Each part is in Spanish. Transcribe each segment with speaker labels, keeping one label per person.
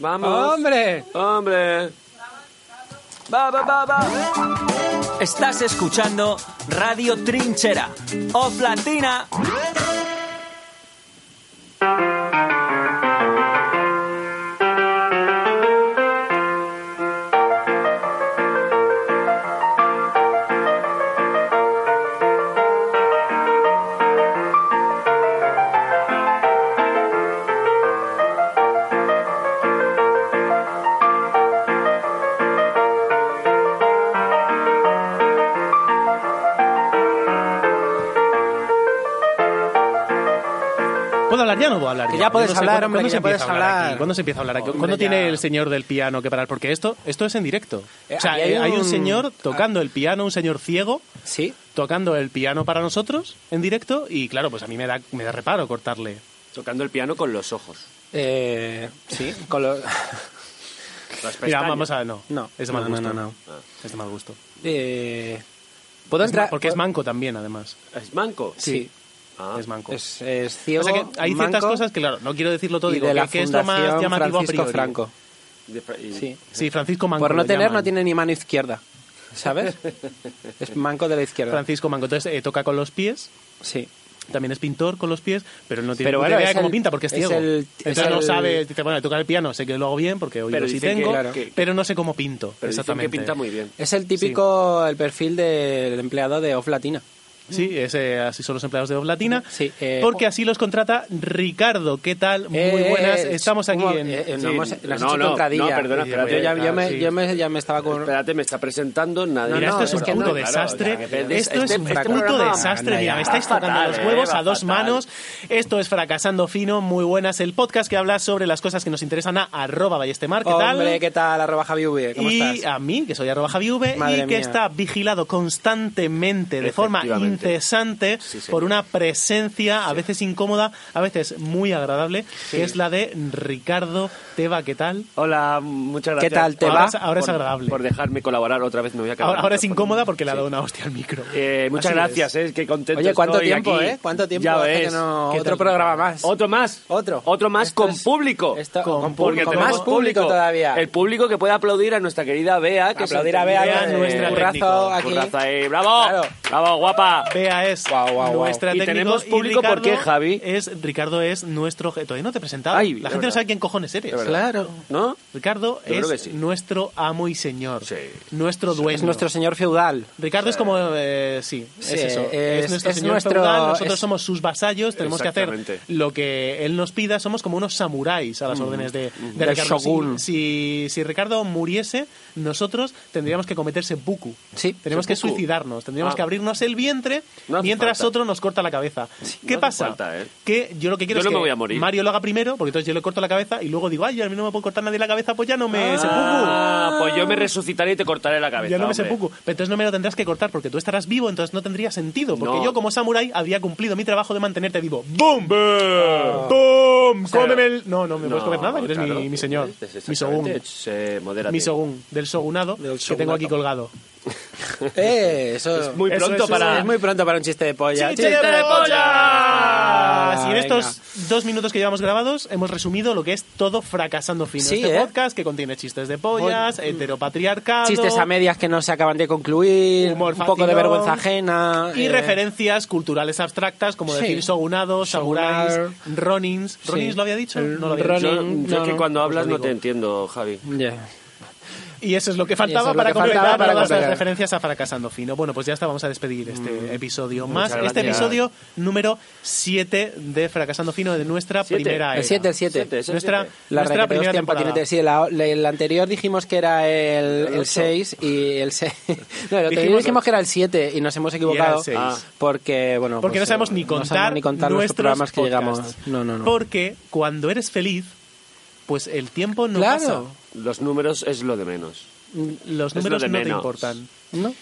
Speaker 1: Vamos.
Speaker 2: ¡Hombre!
Speaker 1: Hombre. Va, va, va, va.
Speaker 3: Estás escuchando Radio Trinchera, Off Latina.
Speaker 2: ¿Puedo hablar ya o no puedo hablar?
Speaker 4: Que ya puedes
Speaker 2: Yo
Speaker 4: hablar,
Speaker 2: ¿cuándo-
Speaker 4: hombre,
Speaker 2: ¿cuándo
Speaker 4: que
Speaker 2: se
Speaker 4: ya puedes
Speaker 2: empieza a hablar
Speaker 4: hablar.
Speaker 2: aquí? ¿Cuándo se empieza a hablar aquí?
Speaker 4: Hombre,
Speaker 2: ¿Cuándo
Speaker 4: ya.
Speaker 2: tiene el señor del piano que parar? Porque esto, esto es en directo.
Speaker 4: Eh,
Speaker 2: o sea,
Speaker 4: aquí
Speaker 2: eh,
Speaker 4: hay
Speaker 2: hay, un...
Speaker 4: un- ah.
Speaker 2: señor tocando el piano, un señor ciego,
Speaker 4: Sí.
Speaker 2: tocando el piano para nosotros en directo y claro, pues a mí me da, me da reparo cortarle.
Speaker 1: Tocando el piano con los ojos.
Speaker 4: Eh, sí, con los...
Speaker 1: Las
Speaker 2: Mira,
Speaker 1: pestañas.
Speaker 2: vamos a... No,
Speaker 4: No,
Speaker 2: es de mal
Speaker 4: no, no,
Speaker 2: gusto.
Speaker 4: no, no.
Speaker 2: Ah, Es de mal gusto.
Speaker 4: Eh, ¿Puedo entrar?
Speaker 2: Porque es manco también, además.
Speaker 1: ¿Es manco?
Speaker 4: Sí,
Speaker 1: Ah.
Speaker 2: Es manco.
Speaker 4: es, es ciego,
Speaker 2: o sea que hay ciertas
Speaker 4: manco
Speaker 2: cosas que, claro, no quiero decirlo todo,
Speaker 4: y
Speaker 2: digo,
Speaker 4: de la
Speaker 2: que, que es lo más
Speaker 4: Fundación
Speaker 2: llamativo a
Speaker 4: Francisco
Speaker 2: priori.
Speaker 4: Franco.
Speaker 1: De fra- y-
Speaker 4: Sí.
Speaker 2: Sí, Francisco Manco.
Speaker 4: Por no
Speaker 2: lo
Speaker 4: tener,
Speaker 2: llaman.
Speaker 4: no tiene ni mano izquierda, ¿sabes? es manco de la izquierda.
Speaker 2: Francisco Manco. Entonces eh, toca con los pies,
Speaker 4: Sí.
Speaker 2: también es pintor con los pies, pero no tiene
Speaker 4: Pero
Speaker 2: ni
Speaker 4: bueno,
Speaker 2: idea
Speaker 4: es
Speaker 2: de cómo
Speaker 4: el-
Speaker 2: pinta porque es,
Speaker 4: es
Speaker 2: ciego.
Speaker 4: el-
Speaker 2: Entonces
Speaker 4: es
Speaker 2: no
Speaker 4: el-
Speaker 2: sabe, dice, bueno, tocar el piano sé que lo hago bien porque oído
Speaker 1: Pero
Speaker 2: sí
Speaker 1: dicen que-
Speaker 2: tengo,
Speaker 1: claro. que-
Speaker 2: pero no sé cómo pinto.
Speaker 1: Pero dicen que
Speaker 2: exactamente.
Speaker 1: pinta muy bien.
Speaker 4: Es el típico, el perfil del empleado de Off Latina.
Speaker 2: Sí, es, eh, así son los empleados de Off Latina.
Speaker 4: Sí, eh,
Speaker 2: porque así los contrata Ricardo. ¿Qué tal? Muy
Speaker 4: Eh, eh,
Speaker 2: buenas.
Speaker 4: eh,
Speaker 2: Estamos aquí
Speaker 4: un mo-
Speaker 2: en.
Speaker 4: eh, eh, no,
Speaker 1: Sí,
Speaker 4: hemos- nos has
Speaker 1: no,
Speaker 4: hecho
Speaker 1: no,
Speaker 4: entradilla.
Speaker 1: no, perdona,
Speaker 4: Yo
Speaker 1: espérate,
Speaker 4: ya, yo
Speaker 2: ah,
Speaker 4: me,
Speaker 2: sí.
Speaker 4: yo me- ya me estaba con...
Speaker 1: Espérate, me está presentando nadie.
Speaker 2: Mira,
Speaker 4: No,
Speaker 2: esto es un
Speaker 4: es que
Speaker 2: puto
Speaker 4: no,
Speaker 2: desastre.
Speaker 1: claro, ya, que
Speaker 2: esto
Speaker 1: este-
Speaker 2: es un
Speaker 1: este
Speaker 2: puto
Speaker 1: programa
Speaker 2: desastre.
Speaker 1: anda
Speaker 2: Mira,
Speaker 1: ya.
Speaker 2: me estáis tocando
Speaker 1: Fatal,
Speaker 2: los
Speaker 1: eh,
Speaker 2: huevos
Speaker 1: va
Speaker 2: a dos
Speaker 1: fatal.
Speaker 2: manos. Esto es Fracasando Fino. Muy buenas. El podcast que habla sobre las cosas que nos interesan a arroba ballestemar. ¿Qué tal?
Speaker 4: Hombre, ¿qué tal? Arroba Javi V, ¿cómo
Speaker 2: y
Speaker 4: estás?
Speaker 2: a mí, que soy arroba javiv,
Speaker 4: Madre
Speaker 2: y que
Speaker 4: mía.
Speaker 2: está vigilado constantemente, de forma
Speaker 1: Efectivamente.
Speaker 2: incesante,
Speaker 1: Sí, señor.
Speaker 2: por una presencia a veces incómoda, a veces muy agradable, que es la de Ricardo Teba, ¿qué tal?
Speaker 1: Hola, muchas gracias.
Speaker 4: ¿Qué tal, te
Speaker 1: Ahora
Speaker 4: va?
Speaker 1: es-
Speaker 2: Ahora es
Speaker 1: por-
Speaker 2: agradable.
Speaker 1: Por dejarme colaborar otra vez, me voy a acabar.
Speaker 2: Ahora, ahora es incómoda porque le ha
Speaker 1: pues, Sí.
Speaker 2: dado una hostia al micro.
Speaker 1: Eh, muchas
Speaker 2: Así es.
Speaker 1: gracias, eh, qué contento
Speaker 4: Oye, ¿cuánto
Speaker 1: estoy
Speaker 4: tiempo,
Speaker 1: aquí.
Speaker 4: eh? ¿Cuánto tiempo
Speaker 1: Ya
Speaker 4: hace que
Speaker 1: ves.
Speaker 4: no-
Speaker 2: ¿Qué
Speaker 4: Otro
Speaker 2: tal?
Speaker 4: programa más.
Speaker 1: Otro más.
Speaker 4: Otro.
Speaker 1: Otro más
Speaker 4: Esto
Speaker 1: con
Speaker 4: es-
Speaker 1: público.
Speaker 4: esto-
Speaker 2: Con
Speaker 4: con
Speaker 1: Porque
Speaker 4: público.
Speaker 1: tenemos
Speaker 4: Más público todavía.
Speaker 1: El público que puede aplaudir a nuestra querida Bea. Que
Speaker 4: Aplaudir a Bea,
Speaker 2: Bea,
Speaker 4: eh,
Speaker 2: nuestra
Speaker 4: currazo
Speaker 2: técnico.
Speaker 4: aquí.
Speaker 1: Curraza ahí. ¡Bravo!
Speaker 4: Claro.
Speaker 1: ¡Bravo, guapa!
Speaker 2: Bea es
Speaker 4: Guau, guau, guau.
Speaker 2: nuestra
Speaker 1: Y
Speaker 2: técnico
Speaker 1: tenemos público,
Speaker 2: Ricardo
Speaker 1: ¿por qué, Javi?
Speaker 2: Es, Ricardo es nuestro... je- Todavía no te he presentado.
Speaker 1: Ay,
Speaker 2: la
Speaker 1: es
Speaker 2: gente no
Speaker 1: verdad.
Speaker 2: sabe quién cojones eres.
Speaker 1: Es verdad.
Speaker 4: Claro.
Speaker 1: ¿No?
Speaker 2: Ricardo
Speaker 1: Yo creo que
Speaker 2: es
Speaker 1: sí.
Speaker 2: nuestro amo y señor.
Speaker 1: Sí.
Speaker 2: Nuestro dueño.
Speaker 4: Es nuestro señor feudal.
Speaker 2: Ricardo es como, eh, sí,
Speaker 4: Sí,
Speaker 2: es eso. Es,
Speaker 4: es-
Speaker 2: nuestro
Speaker 4: es
Speaker 2: señor
Speaker 4: nuestro-
Speaker 2: feudal, nosotros
Speaker 4: es-
Speaker 2: somos sus vasallos, tenemos que hacer
Speaker 1: Exactamente. Mm,
Speaker 2: lo que él nos pida, somos como unos samuráis a las órdenes de, de
Speaker 4: Del
Speaker 2: Ricardo. Si-
Speaker 4: shogun.
Speaker 2: Si, si Ricardo muriese, nosotros tendríamos que cometerse buku.
Speaker 4: Sí.
Speaker 2: Tenemos que
Speaker 1: Seppuku.
Speaker 2: suicidarnos, tendríamos
Speaker 1: Ah.
Speaker 2: que abrirnos el vientre
Speaker 1: No hace
Speaker 2: mientras
Speaker 1: falta.
Speaker 2: otro nos corta la cabeza. ¿Qué
Speaker 1: no hace
Speaker 2: pasa?
Speaker 1: falta, ¿eh?
Speaker 2: Que yo lo que
Speaker 1: Yo
Speaker 2: quiero es
Speaker 1: no
Speaker 2: que
Speaker 1: me voy a morir.
Speaker 2: Mario lo haga primero, porque entonces yo le corto la cabeza y luego digo, ay, a mí no me puedo cortar nadie la cabeza, pues ya no me... seppuku".
Speaker 1: Ah, pues yo me resucitaré y te cortaré la cabeza.
Speaker 2: Ya no me sé
Speaker 1: hombre.
Speaker 2: poco. Pero entonces no me lo tendrás que cortar porque tú estarás vivo, entonces no tendría sentido. Porque
Speaker 1: No.
Speaker 2: yo, como samurái, habría cumplido mi trabajo de mantenerte vivo. ¡Bum! ¡Bum! ¡Cómeme el. No, no me puedes comer nada, que eres
Speaker 1: claro.
Speaker 2: mi, mi señor.
Speaker 1: Exactamente.
Speaker 2: Mi shogun.
Speaker 1: Eh, modérate.
Speaker 2: Mi shogun. Del shogunado
Speaker 4: Del
Speaker 2: que tengo
Speaker 4: shogunato.
Speaker 2: aquí colgado.
Speaker 4: Eh, eso...
Speaker 1: Es muy
Speaker 2: Eso,
Speaker 1: pronto
Speaker 2: eso,
Speaker 1: para...
Speaker 4: Es muy pronto para un chiste de polla. Ah,
Speaker 2: ¡Chiste de pollas! Y en
Speaker 4: Venga.
Speaker 2: estos dos minutos que llevamos grabados hemos resumido lo que es todo fracasando fino.
Speaker 4: Sí,
Speaker 2: este
Speaker 4: ¿eh?
Speaker 2: podcast que contiene chistes de pollas, heteropatriarcado,
Speaker 4: Chistes a medias que no se acaban de concluir,
Speaker 2: Humor
Speaker 4: un poco de
Speaker 2: facilón.
Speaker 4: vergüenza ajena.
Speaker 2: Y
Speaker 4: eh,
Speaker 2: referencias culturales abstractas, como
Speaker 4: Sí.
Speaker 2: decir shogunados, samuráis,
Speaker 4: Shogunar.
Speaker 2: ronins. ¿Ronins
Speaker 4: Sí.
Speaker 2: lo había dicho? No lo había
Speaker 4: Ronin.
Speaker 2: dicho.
Speaker 1: Yo, yo
Speaker 4: No,
Speaker 1: es que
Speaker 4: no.
Speaker 1: cuando
Speaker 2: Os lo
Speaker 1: hablas no
Speaker 2: digo.
Speaker 1: te entiendo, Javi.
Speaker 4: ya.
Speaker 2: Y eso es lo que faltaba
Speaker 4: Eso es lo
Speaker 2: para
Speaker 4: que
Speaker 2: completar
Speaker 4: faltaba para
Speaker 2: todas las
Speaker 4: completar. Mm.
Speaker 2: referencias a Fracasando Fino. Bueno, pues ya está, vamos a despedir este episodio más. Este
Speaker 1: gracias.
Speaker 2: episodio número 7 de Fracasando Fino de nuestra
Speaker 1: Siete.
Speaker 2: primera
Speaker 1: El
Speaker 2: era.
Speaker 4: El 7, el 7.
Speaker 1: Siete. Eso
Speaker 2: Nuestra,
Speaker 1: siete.
Speaker 4: La
Speaker 2: nuestra
Speaker 4: requete,
Speaker 2: primera
Speaker 4: hostia,
Speaker 2: temporada.
Speaker 4: patinete. Sí, la, la- el anterior dijimos que era
Speaker 1: El
Speaker 4: el,
Speaker 1: ocho.
Speaker 4: el 6 y el 6. No, el anterior
Speaker 2: Dijimos
Speaker 4: dijimos
Speaker 2: ocho.
Speaker 4: que era el 7 y nos hemos
Speaker 2: era el
Speaker 4: equivocado.
Speaker 2: seis.
Speaker 1: Ah.
Speaker 4: Porque, bueno.
Speaker 2: Porque
Speaker 4: pues,
Speaker 2: no sabemos
Speaker 4: eh,
Speaker 2: ni
Speaker 4: no sabemos
Speaker 2: contar,
Speaker 4: ni contar
Speaker 2: nuestros
Speaker 4: programas que
Speaker 2: podcasts.
Speaker 4: llegamos. No, no, no.
Speaker 2: Porque cuando eres feliz, pues el tiempo no
Speaker 4: Claro.
Speaker 5: Los números es lo de menos.
Speaker 2: pasa. Los
Speaker 5: Es lo
Speaker 2: números
Speaker 5: de
Speaker 2: no te
Speaker 5: menos.
Speaker 2: importan.
Speaker 4: ¿No?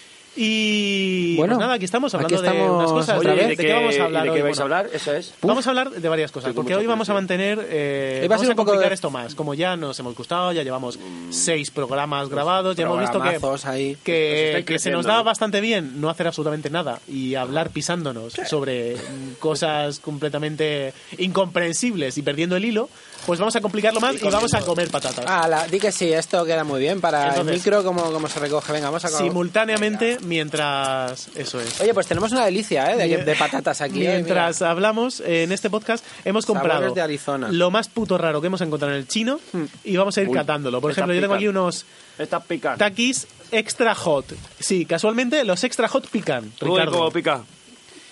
Speaker 2: Y
Speaker 4: Bueno,
Speaker 2: pues nada, aquí estamos
Speaker 4: aquí
Speaker 2: hablando de unas
Speaker 4: estamos
Speaker 2: cosas.
Speaker 4: otra
Speaker 5: Oye,
Speaker 4: vez.
Speaker 5: ¿y ¿de, qué,
Speaker 2: vamos a
Speaker 5: y
Speaker 2: hablar
Speaker 5: ¿De qué
Speaker 2: hoy?
Speaker 5: vais
Speaker 2: Bueno,
Speaker 5: a hablar? Eso es.
Speaker 2: Vamos a hablar de varias cosas,
Speaker 5: Tengo
Speaker 2: porque
Speaker 5: mucha
Speaker 2: hoy vamos a mantener. Eh,
Speaker 4: Hoy va a
Speaker 2: vamos
Speaker 4: ser
Speaker 2: a
Speaker 4: un poco
Speaker 2: complicar
Speaker 4: de-
Speaker 2: esto más. Como ya nos hemos gustado, ya llevamos
Speaker 5: Mm.
Speaker 2: seis programas grabados, ya hemos visto que.
Speaker 4: Programazos ahí.
Speaker 5: Nos
Speaker 2: Que,
Speaker 5: estáis
Speaker 2: que se nos
Speaker 5: creciendo,
Speaker 2: da
Speaker 5: ¿no?
Speaker 2: bastante bien no hacer absolutamente nada y hablar pisándonos sobre mm, cosas completamente incomprensibles y perdiendo el hilo, pues vamos a complicarlo más y, vamos a comer patatas.
Speaker 4: Ah, la- di que sí, esto queda muy bien para
Speaker 2: Entonces-
Speaker 4: el micro, como, como se recoge. Venga, vamos a acabar.
Speaker 2: Simultáneamente, mientras. Eso es.
Speaker 4: Oye, pues tenemos una delicia, ¿eh? De,
Speaker 2: Mie-
Speaker 4: de patatas aquí. ¿eh?
Speaker 2: Mientras hablamos, eh, en este podcast hemos
Speaker 4: Sabores
Speaker 2: comprado
Speaker 4: de Arizona. Hmm.
Speaker 2: lo más puto raro que hemos encontrado en el chino y vamos a ir
Speaker 5: Uy,
Speaker 2: catándolo. Por
Speaker 5: está
Speaker 2: ejemplo, yo tengo aquí
Speaker 5: picante.
Speaker 2: unos
Speaker 5: Está picante.
Speaker 2: takis extra hot. Sí, casualmente los extra hot pican,
Speaker 5: Uy,
Speaker 2: Ricardo.
Speaker 5: cómo pica.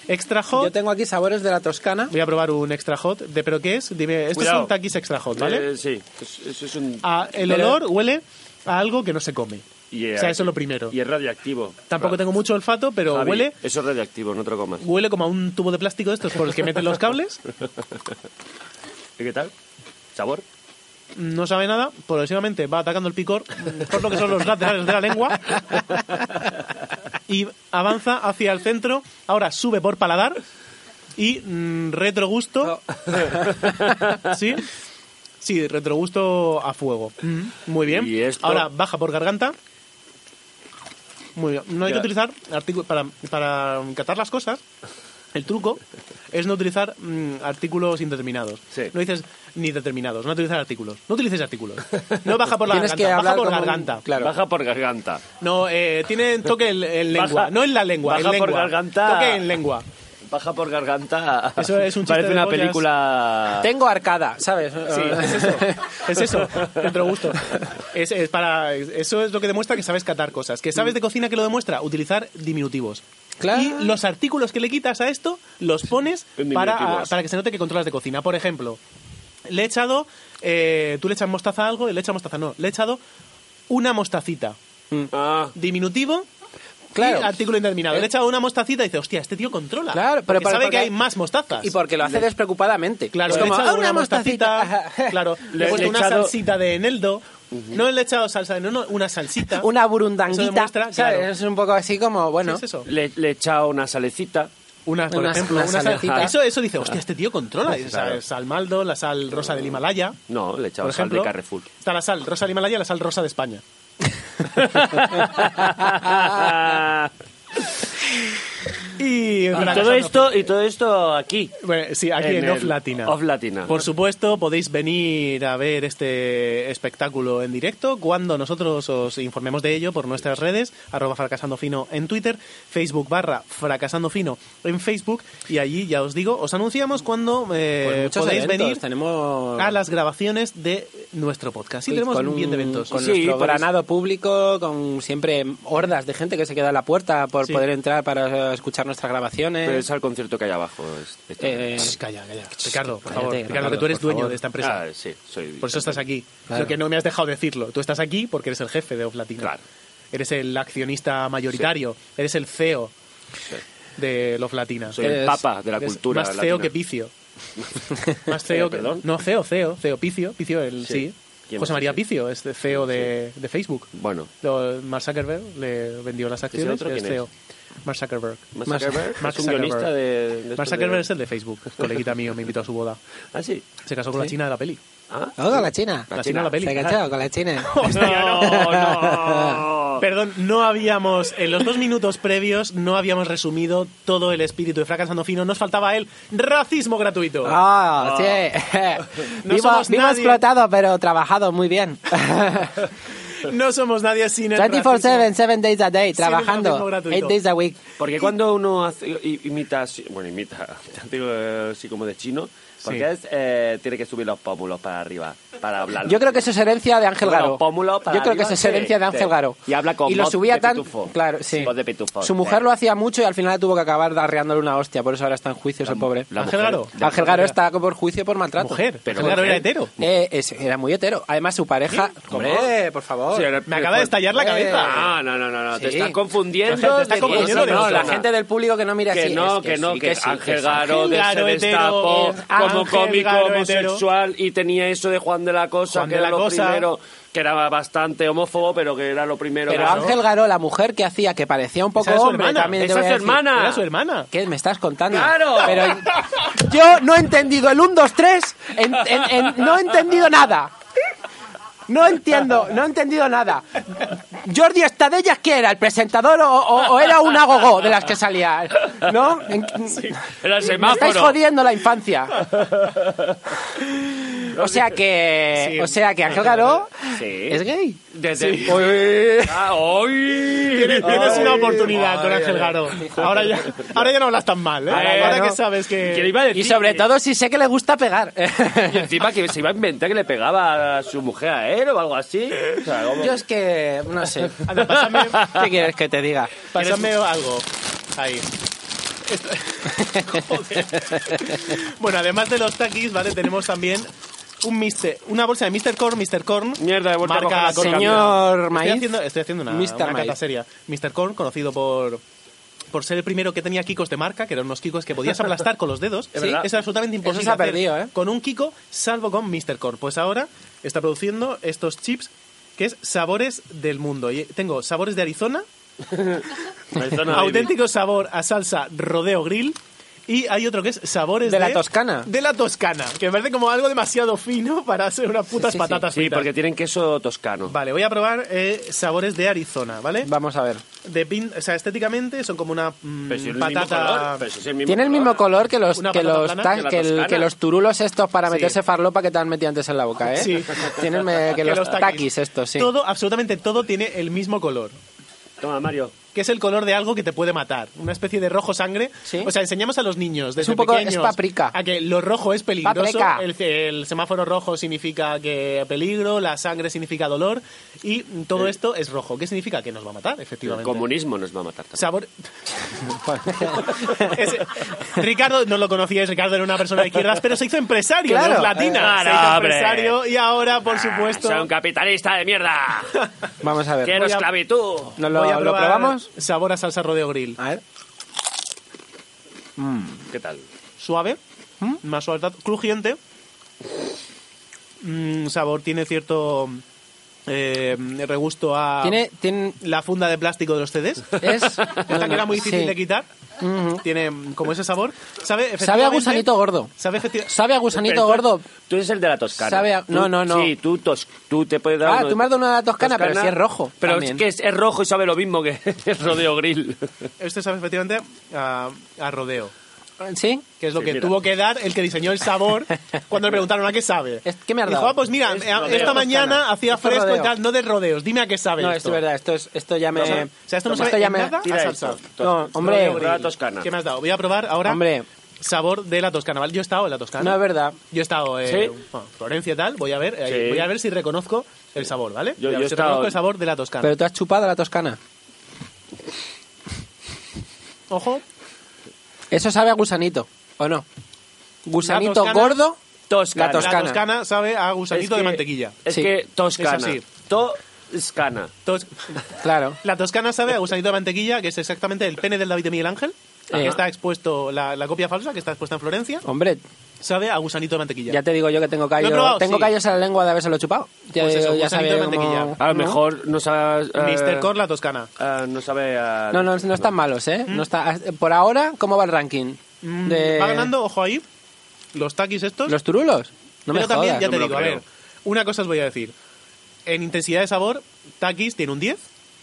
Speaker 2: Extra
Speaker 4: Mira, Yo
Speaker 2: hot.
Speaker 4: tengo aquí sabores de la Toscana.
Speaker 2: Voy a probar un extra hot. ¿De pero qué es? Dime, estos
Speaker 5: Cuidado.
Speaker 2: son takis extra hot, ¿vale?
Speaker 5: Eh, sí. Es- Eso es un...
Speaker 2: Ah, el
Speaker 4: Pero-
Speaker 2: olor huele a algo que no se come.
Speaker 5: y, eh,
Speaker 2: o sea, eso es lo primero.
Speaker 5: Y es radioactivo.
Speaker 2: Tampoco tengo mucho olfato, pero
Speaker 5: Javi,
Speaker 2: huele
Speaker 5: Eso es radioactivo, no te lo comas.
Speaker 2: huele como a un tubo de plástico de estos por el que meten los cables.
Speaker 5: ¿Y qué tal? ¿Sabor?
Speaker 2: no sabe nada, progresivamente va atacando el picor por lo que son los laterales de la lengua y avanza hacia el centro, ahora sube por paladar y mm, retrogusto. ¿Sí? Sí, retrogusto a fuego. Muy bien.
Speaker 5: Mm-hmm. Y esto-
Speaker 2: Ahora baja por garganta. Muy bien. No hay que
Speaker 5: Ya.
Speaker 2: utilizar artículos para, para catar las cosas. El truco es no utilizar mm, artículos indeterminados.
Speaker 5: Sí.
Speaker 2: No dices ni determinados, no utilizar artículos. No utilices artículos. No baja por la
Speaker 4: Tienes que
Speaker 2: garganta, baja
Speaker 4: hablar
Speaker 2: por
Speaker 4: como un-
Speaker 2: garganta.
Speaker 4: Claro.
Speaker 5: Baja por garganta.
Speaker 2: No, eh, tiene toque en, en lengua,
Speaker 5: Baja-
Speaker 2: no en la lengua,
Speaker 5: baja
Speaker 2: en lengua.
Speaker 5: por garganta.
Speaker 2: Toque en lengua.
Speaker 5: Baja por garganta.
Speaker 2: Eso es un chiste
Speaker 5: Parece
Speaker 2: de
Speaker 5: una
Speaker 2: pollas.
Speaker 5: película.
Speaker 4: Tengo arcada, ¿sabes?
Speaker 2: Sí, es eso. Es eso, dentro gusto. Es, es para, eso es lo que demuestra que sabes catar cosas. ¿Que sabes de cocina que lo demuestra? Utilizar diminutivos.
Speaker 4: Mm. Claro.
Speaker 2: Y los artículos que le quitas a esto los pones
Speaker 5: En
Speaker 2: para,
Speaker 5: diminutivos.
Speaker 2: para que se note que controlas de cocina. Por ejemplo, le he echado. eh, tú le echas mostaza a algo, le he echado mostaza, no. Le he echado una mostacita.
Speaker 5: Ah,
Speaker 2: Diminutivo.
Speaker 4: Claro. Eh.
Speaker 2: Y artículo indeterminado. Le he echado una mostacita y dice, hostia, este tío controla.
Speaker 4: Claro, pero
Speaker 2: porque
Speaker 4: para-
Speaker 2: sabe
Speaker 4: porque-
Speaker 2: que hay más mostazas.
Speaker 4: Y porque lo hace despreocupadamente.
Speaker 2: Claro,
Speaker 4: es
Speaker 2: le he
Speaker 4: como,
Speaker 2: echado
Speaker 4: "Ah, una mostacita. Pues
Speaker 2: Claro, le, he
Speaker 5: Le-
Speaker 2: puesto
Speaker 5: le he
Speaker 2: una
Speaker 5: echado-
Speaker 2: salsita de eneldo. No le he echado salsa de eneldo, no, una salsita.
Speaker 4: una
Speaker 2: Eso
Speaker 4: burundanguita.
Speaker 2: demuestra,
Speaker 4: ¿sabes?
Speaker 2: claro.
Speaker 4: Es un poco así como, bueno.
Speaker 2: ¿Qué es eso?
Speaker 5: le, le he echado una salecita.
Speaker 2: Una, por
Speaker 4: Una-
Speaker 2: ejemplo,
Speaker 4: una
Speaker 2: una, sal-
Speaker 4: salecita.
Speaker 2: Eso, eso dice, hostia, este tío controla. Y
Speaker 5: Claro.
Speaker 2: esa Sal maldo, la sal rosa del Himalaya.
Speaker 5: No, le he
Speaker 2: Por
Speaker 5: echado sal
Speaker 2: ejemplo,
Speaker 5: de Carrefour.
Speaker 2: está la sal rosa del Himalaya y la sal rosa de España. Y,
Speaker 5: y
Speaker 2: regresando-
Speaker 5: todo esto y todo esto aquí.
Speaker 2: Bueno, sí, aquí en,
Speaker 5: En el
Speaker 2: Off Latina.
Speaker 5: Off Latina.
Speaker 2: Por supuesto, podéis venir a ver este espectáculo en directo cuando nosotros os informemos de ello por nuestras redes, arroba fracasando fino en Twitter, Facebook barra fracasando fino en Facebook y allí, ya os digo, os anunciamos cuando eh,
Speaker 4: Pues muchos
Speaker 2: podéis
Speaker 4: eventos,
Speaker 2: venir
Speaker 4: tenemos
Speaker 2: a las grabaciones de nuestro podcast. Sí, tenemos
Speaker 4: con
Speaker 2: un bien de eventos.
Speaker 4: con
Speaker 5: Sí,
Speaker 4: nuestro
Speaker 5: por
Speaker 4: granado público, con siempre hordas de gente que se queda a la puerta por
Speaker 2: Sí.
Speaker 4: poder entrar para eh, escuchar nuestras grabaciones.
Speaker 5: Pero es al concierto que hay abajo. es- está.
Speaker 4: Eh,
Speaker 2: Shh, Calla, calla. Ricardo, por
Speaker 4: cállate,
Speaker 2: favor, Ricardo, que
Speaker 4: Ricardo,
Speaker 2: tú eres
Speaker 4: por
Speaker 2: dueño
Speaker 4: favor.
Speaker 2: de esta empresa.
Speaker 5: Ah, sí, soy.
Speaker 2: Por eso estás aquí.
Speaker 4: Claro.
Speaker 2: Lo que no me has dejado decirlo. Tú estás aquí porque eres el jefe de Off Latina.
Speaker 5: Claro.
Speaker 2: Eres el accionista mayoritario. Eres el CEO de Off Latina.
Speaker 5: Soy
Speaker 4: Eres-
Speaker 5: el papa de la
Speaker 2: Eres
Speaker 5: cultura.
Speaker 2: Más
Speaker 5: latina.
Speaker 2: CEO que Picio. más CEO
Speaker 5: Eh,
Speaker 2: que.
Speaker 5: ¿perdón?
Speaker 2: No, E CEO, CEO, CEO Picio. Picio, el sí.
Speaker 5: Sí. ¿Quién
Speaker 2: José
Speaker 5: es
Speaker 2: María
Speaker 5: ese?
Speaker 2: Picio es CEO de, de Facebook.
Speaker 5: Bueno.
Speaker 2: Lo- Mark Zuckerberg le vendió las acciones.
Speaker 5: otro
Speaker 2: y es
Speaker 5: quién es?
Speaker 2: CEO. Mark Zuckerberg.
Speaker 5: Mark Zuckerberg
Speaker 2: Mark
Speaker 5: es un
Speaker 2: Zuckerberg.
Speaker 5: guionista de. de
Speaker 2: Mark
Speaker 5: esto
Speaker 2: Zuckerberg
Speaker 5: de-
Speaker 2: es el de Facebook. Coleguita mío me invitó a su boda.
Speaker 5: Ah, sí.
Speaker 2: Se casó con la china de la peli.
Speaker 5: Ah.
Speaker 4: Oh, con la China.
Speaker 2: La china de la ¿eh? peli.
Speaker 4: Se ha cachado con la China.
Speaker 5: No, no.
Speaker 2: Perdón, no habíamos, en los dos minutos previos, no habíamos resumido todo el espíritu de Fracasando Fino. Nos faltaba el racismo gratuito.
Speaker 4: Ah, sí.
Speaker 2: No
Speaker 4: vivo
Speaker 2: somos
Speaker 4: vivo
Speaker 2: nadie.
Speaker 4: explotado, pero trabajado muy bien.
Speaker 2: No somos nadie sin el racismo.
Speaker 4: 24-7, 7 days a day,
Speaker 2: Sí, racismo
Speaker 4: trabajando.
Speaker 2: gratuito.
Speaker 4: 8 days a week.
Speaker 5: Porque cuando uno hace, i- imita, así- bueno, imita, digo eh, así como de chino, porque
Speaker 2: Sí.
Speaker 5: es, eh, tiene que subir los pómulos para arriba, para hablar.
Speaker 4: Yo creo que eso es herencia de Ángel
Speaker 5: Con los
Speaker 4: Garo.
Speaker 5: pómulos para
Speaker 4: Yo creo que
Speaker 5: arriba,
Speaker 4: eso es
Speaker 5: sí,
Speaker 4: herencia de
Speaker 5: sí.
Speaker 4: Ángel Garo.
Speaker 5: Y habla con
Speaker 4: lo
Speaker 5: voz
Speaker 4: subía
Speaker 5: de
Speaker 4: tan
Speaker 5: pitufo.
Speaker 4: claro, sí.
Speaker 5: Voz de pitufo,
Speaker 4: Su
Speaker 5: sí.
Speaker 4: mujer lo hacía mucho y al final tuvo que acabar darreándole una hostia, por eso ahora está en juicio ese pobre.
Speaker 5: la
Speaker 2: Ángel
Speaker 5: mujer-
Speaker 2: Garo.
Speaker 4: Ángel Garo está por juicio por maltrato.
Speaker 2: Mujer, pero
Speaker 5: Pero
Speaker 2: claro,
Speaker 5: mujer.
Speaker 2: era hetero.
Speaker 4: Eh, es- era muy hetero. Además su pareja, hombre, por favor.
Speaker 5: Sí, ahora-
Speaker 2: Me acaba de estallar la
Speaker 4: Eh,
Speaker 2: cabeza.
Speaker 5: Ah, no, no, no, no, te
Speaker 4: Sí.
Speaker 5: estás confundiendo.
Speaker 2: La gente te está
Speaker 5: de
Speaker 2: confundiendo
Speaker 4: no,
Speaker 5: persona.
Speaker 4: la gente del público que no mira
Speaker 5: Que
Speaker 4: así.
Speaker 5: no,
Speaker 4: es
Speaker 5: que no,
Speaker 4: sí,
Speaker 5: que
Speaker 4: sí,
Speaker 5: Ángel
Speaker 4: sí.
Speaker 5: Garo
Speaker 2: Ángel
Speaker 5: de- se
Speaker 2: Garo, hetero,
Speaker 5: destapó
Speaker 4: Ángel
Speaker 5: como
Speaker 2: Ángel
Speaker 5: cómico
Speaker 2: Garoetero.
Speaker 5: homosexual y tenía eso de Juan de la Cosa,
Speaker 2: Juan
Speaker 5: que
Speaker 2: de
Speaker 5: era
Speaker 2: la
Speaker 5: lo
Speaker 2: Cosa.
Speaker 5: primero, que era bastante homófobo, pero que era lo primero.
Speaker 4: Pero
Speaker 5: que-
Speaker 4: Ángel Garó, la mujer que hacía, que parecía un poco
Speaker 2: Esa es su
Speaker 4: hombre,
Speaker 2: hermana,
Speaker 4: también te
Speaker 5: esa
Speaker 4: voy
Speaker 5: es
Speaker 4: a
Speaker 5: su
Speaker 4: decir.
Speaker 5: hermana.
Speaker 2: Era su hermana.
Speaker 4: ¿Qué me estás contando?
Speaker 5: ¡Claro!
Speaker 4: Pero yo no he entendido el 1, 2, 3, en- en- en- no he entendido nada. No entiendo, no he entendido nada. Jordi Estadellas, ¿qué era? ¿El presentador o, o- o era un agogó de las que salía? ¿No? En-
Speaker 5: Era el
Speaker 4: me estáis
Speaker 5: semáforo.
Speaker 4: jodiendo la infancia. O sea que,
Speaker 2: Sí.
Speaker 4: o sea que Ángel Garó
Speaker 5: Sí.
Speaker 4: es gay.
Speaker 5: Desde...
Speaker 4: Uy.
Speaker 5: Ah, ¡ay!
Speaker 2: Tienes una
Speaker 5: Ay,
Speaker 2: oportunidad con
Speaker 5: madre
Speaker 2: Ángel
Speaker 5: mía.
Speaker 2: Garo. Ahora ya, ahora ya no hablas tan mal, ¿eh?
Speaker 5: Ahora ya
Speaker 2: Ahora
Speaker 5: no.
Speaker 2: que sabes
Speaker 5: Que le
Speaker 2: que...
Speaker 5: iba a decir-
Speaker 4: Y sobre todo si sé que le gusta pegar.
Speaker 5: Y encima que se iba a inventar que le pegaba a su mujer a él o algo así. O sea, como-
Speaker 4: Yo es que no sé.
Speaker 2: Anda, pásame,
Speaker 4: ¿Qué quieres que te diga?
Speaker 2: pásame algo. Ahí. Esto- Joder. Bueno, además de los taquis, ¿vale? Tenemos también un mister, una bolsa de Mr. Corn, Mr. Corn.
Speaker 5: Mierda, he vuelto a coger
Speaker 2: marca
Speaker 5: la
Speaker 2: Corn
Speaker 4: señor
Speaker 2: Camino.
Speaker 4: Maíz.
Speaker 2: Estoy haciendo, estoy haciendo una,
Speaker 4: Mr.
Speaker 2: una
Speaker 4: Maíz.
Speaker 2: cata seria. Mr. Corn, conocido por por ser el primero que tenía kikos de marca, que eran unos kikos que podías aplastar con los dedos.
Speaker 4: Es verdad.
Speaker 2: Es absolutamente imposible
Speaker 4: Eso se ha
Speaker 2: hacer
Speaker 4: perdido, ¿eh?
Speaker 2: con un kiko, salvo con Mr. Corn. Pues ahora está produciendo estos chips que es sabores del mundo. Y tengo sabores de Arizona,
Speaker 5: Arizona Baby.
Speaker 2: auténtico sabor a salsa rodeo grill. Y hay otro que es sabores de...
Speaker 4: De la Toscana.
Speaker 2: De la Toscana, que me parece como algo demasiado fino para hacer unas putas
Speaker 4: Sí, sí.
Speaker 2: patatas
Speaker 5: Sí,
Speaker 2: fritas.
Speaker 5: porque tienen queso toscano.
Speaker 2: Vale, voy a probar eh, sabores de Arizona, ¿vale?
Speaker 4: Vamos a ver.
Speaker 2: De pin- o sea, estéticamente son como una mm,
Speaker 5: Pero si es el mismo
Speaker 2: patata...
Speaker 5: color, pero si es el mismo
Speaker 4: Tiene el mismo color que los
Speaker 2: Una
Speaker 4: que
Speaker 2: patata
Speaker 4: los,
Speaker 2: plana
Speaker 4: tan-
Speaker 5: que la
Speaker 4: que, el-
Speaker 5: toscana.
Speaker 4: que los turulos estos para meterse
Speaker 2: Sí.
Speaker 4: farlopa que te han metido antes en la boca, ¿eh?
Speaker 2: Sí.
Speaker 4: Tienen eh, que, los taquis. estos, sí.
Speaker 2: Todo, absolutamente todo tiene el mismo color.
Speaker 5: Toma, Mario.
Speaker 2: Que es el color de algo que te puede matar. Una especie de rojo sangre.
Speaker 4: Sí.
Speaker 2: O sea, enseñamos a los niños desde
Speaker 4: un poco- es
Speaker 2: pequeños...
Speaker 4: paprika.
Speaker 2: A que lo rojo es peligroso.
Speaker 4: Paprika.
Speaker 2: El, el semáforo rojo significa que peligro, la sangre significa dolor. Y todo esto es rojo. ¿Qué significa? Que nos va a matar,
Speaker 5: El
Speaker 2: efectivamente.
Speaker 5: comunismo nos va a matar. también.
Speaker 2: Sabor... Ese- Ricardo, no lo conocíais, Ricardo era una persona de izquierdas, pero se hizo empresario,
Speaker 4: Claro. Ah,
Speaker 2: no es latina.
Speaker 5: Claro,
Speaker 2: se hizo
Speaker 5: hombre.
Speaker 2: empresario y ahora, por supuesto,
Speaker 5: Soy un capitalista de mierda.
Speaker 4: Vamos a ver.
Speaker 5: Quiero
Speaker 2: Voy a-
Speaker 5: esclavitud.
Speaker 4: ¿Nos lo,
Speaker 2: voy a
Speaker 4: lo
Speaker 2: probar
Speaker 4: probamos?
Speaker 2: sabor a salsa rodeo grill.
Speaker 4: A ver.
Speaker 5: ¿Qué tal?
Speaker 2: Suave,
Speaker 4: ¿Mm?
Speaker 2: más suavidad, crujiente. Mm, sabor, tiene cierto eh, regusto a
Speaker 4: Tiene, tiene,
Speaker 2: la funda de plástico de los CDs.
Speaker 4: es...
Speaker 2: Esta que era muy difícil
Speaker 4: sí.
Speaker 2: de quitar. Tiene mm, como ese sabor. Sabe,
Speaker 4: Sabe a
Speaker 2: efectivamente-
Speaker 4: gusanito gordo.
Speaker 2: Sabe efectivamente...
Speaker 4: Sabe a gusanito gordo.
Speaker 5: Tú eres el de la toscana.
Speaker 4: Sabe a-
Speaker 5: Tú-
Speaker 4: no, no, no.
Speaker 5: Sí, tú, tos- tú te puedes dar.
Speaker 4: Ah,
Speaker 5: uno-
Speaker 4: tú me has dado una de la toscana, pero si es rojo
Speaker 5: Pero
Speaker 4: también.
Speaker 5: es que es, es rojo y sabe lo mismo que el rodeo grill.
Speaker 2: Este sabe efectivamente a, a rodeo,
Speaker 4: ¿Sí?
Speaker 2: que es lo
Speaker 5: Sí,
Speaker 2: que
Speaker 5: mira.
Speaker 2: tuvo que dar el que diseñó el sabor cuando le preguntaron a qué sabe.
Speaker 4: Es- ¿qué me has
Speaker 2: Dijo,
Speaker 4: dado?
Speaker 2: ah, pues mira,
Speaker 4: Es
Speaker 2: eh,
Speaker 4: rodeo.
Speaker 2: esta mañana
Speaker 4: Toscana.
Speaker 2: hacía
Speaker 4: Esto es
Speaker 2: fresco y
Speaker 4: rodeo.
Speaker 2: tal, no de rodeos, dime a qué sabe
Speaker 4: No, esto
Speaker 2: esto.
Speaker 4: es verdad. Esto, es, esto ya me...
Speaker 2: sabe- o sea, esto no sabe
Speaker 4: ya
Speaker 2: en
Speaker 4: me...
Speaker 2: nada.
Speaker 5: Tira
Speaker 2: salsa.
Speaker 5: esto.
Speaker 4: No,
Speaker 5: Rodeo grill,
Speaker 4: hombre.
Speaker 5: la toscana.
Speaker 2: ¿Qué me has dado? Voy a probar ahora
Speaker 4: Hombre.
Speaker 2: sabor de la toscana, ¿vale? Yo he estado en la toscana.
Speaker 4: No es verdad.
Speaker 2: Yo he estado en
Speaker 5: ¿Sí?
Speaker 2: bueno, Florencia y tal, voy a ver, eh,
Speaker 5: Sí.
Speaker 2: voy a ver si reconozco el sabor, ¿vale?
Speaker 5: Yo-
Speaker 2: Voy a
Speaker 5: yo
Speaker 2: ver
Speaker 5: he
Speaker 2: si
Speaker 5: estado-
Speaker 2: reconozco el sabor de la toscana.
Speaker 4: Pero tú has chupado la toscana.
Speaker 2: Ojo,
Speaker 4: Eso sabe a gusanito, ¿o no? Gusanito
Speaker 2: toscana-
Speaker 4: gordo,
Speaker 5: Toscana.
Speaker 4: la
Speaker 2: la
Speaker 4: toscana.
Speaker 2: toscana sabe a gusanito
Speaker 5: Es que-
Speaker 2: de mantequilla.
Speaker 5: Es
Speaker 4: Sí.
Speaker 5: que toscana.
Speaker 2: Es así.
Speaker 5: Toscana.
Speaker 2: Tos-
Speaker 4: Claro.
Speaker 2: La toscana sabe a gusanito de mantequilla, que es exactamente el pene del David de Miguel Ángel,
Speaker 4: Ajá.
Speaker 2: que está expuesto, la, la copia falsa que está expuesta en Florencia,
Speaker 4: Hombre,
Speaker 2: sabe a gusanito de mantequilla.
Speaker 4: ya te digo yo que tengo callos.
Speaker 2: probado,
Speaker 4: tengo
Speaker 2: sí.
Speaker 4: callos en la lengua de habérselo chupado. Ya,
Speaker 2: Pues eso,
Speaker 4: digo, ya
Speaker 2: gusanito
Speaker 4: sabe
Speaker 2: de
Speaker 4: cómo-
Speaker 2: mantequilla.
Speaker 5: A lo
Speaker 4: ¿no?
Speaker 5: mejor no sabe. eh,
Speaker 2: Mr. Cor, la toscana.
Speaker 5: eh, no sabe a.
Speaker 4: No, no, no están malos, ¿eh? No está... Por ahora, ¿cómo va el ranking?
Speaker 2: Mm,
Speaker 4: De-
Speaker 2: Va ganando, ojo ahí, los taquis estos.
Speaker 4: ¿Los turulos? No me
Speaker 2: pero también,
Speaker 4: jodas.
Speaker 2: ya
Speaker 5: No me
Speaker 2: te
Speaker 5: lo
Speaker 2: digo, a
Speaker 5: creo.
Speaker 2: ver, una cosa os voy a decir. En intensidad de sabor, taquis tiene un 10,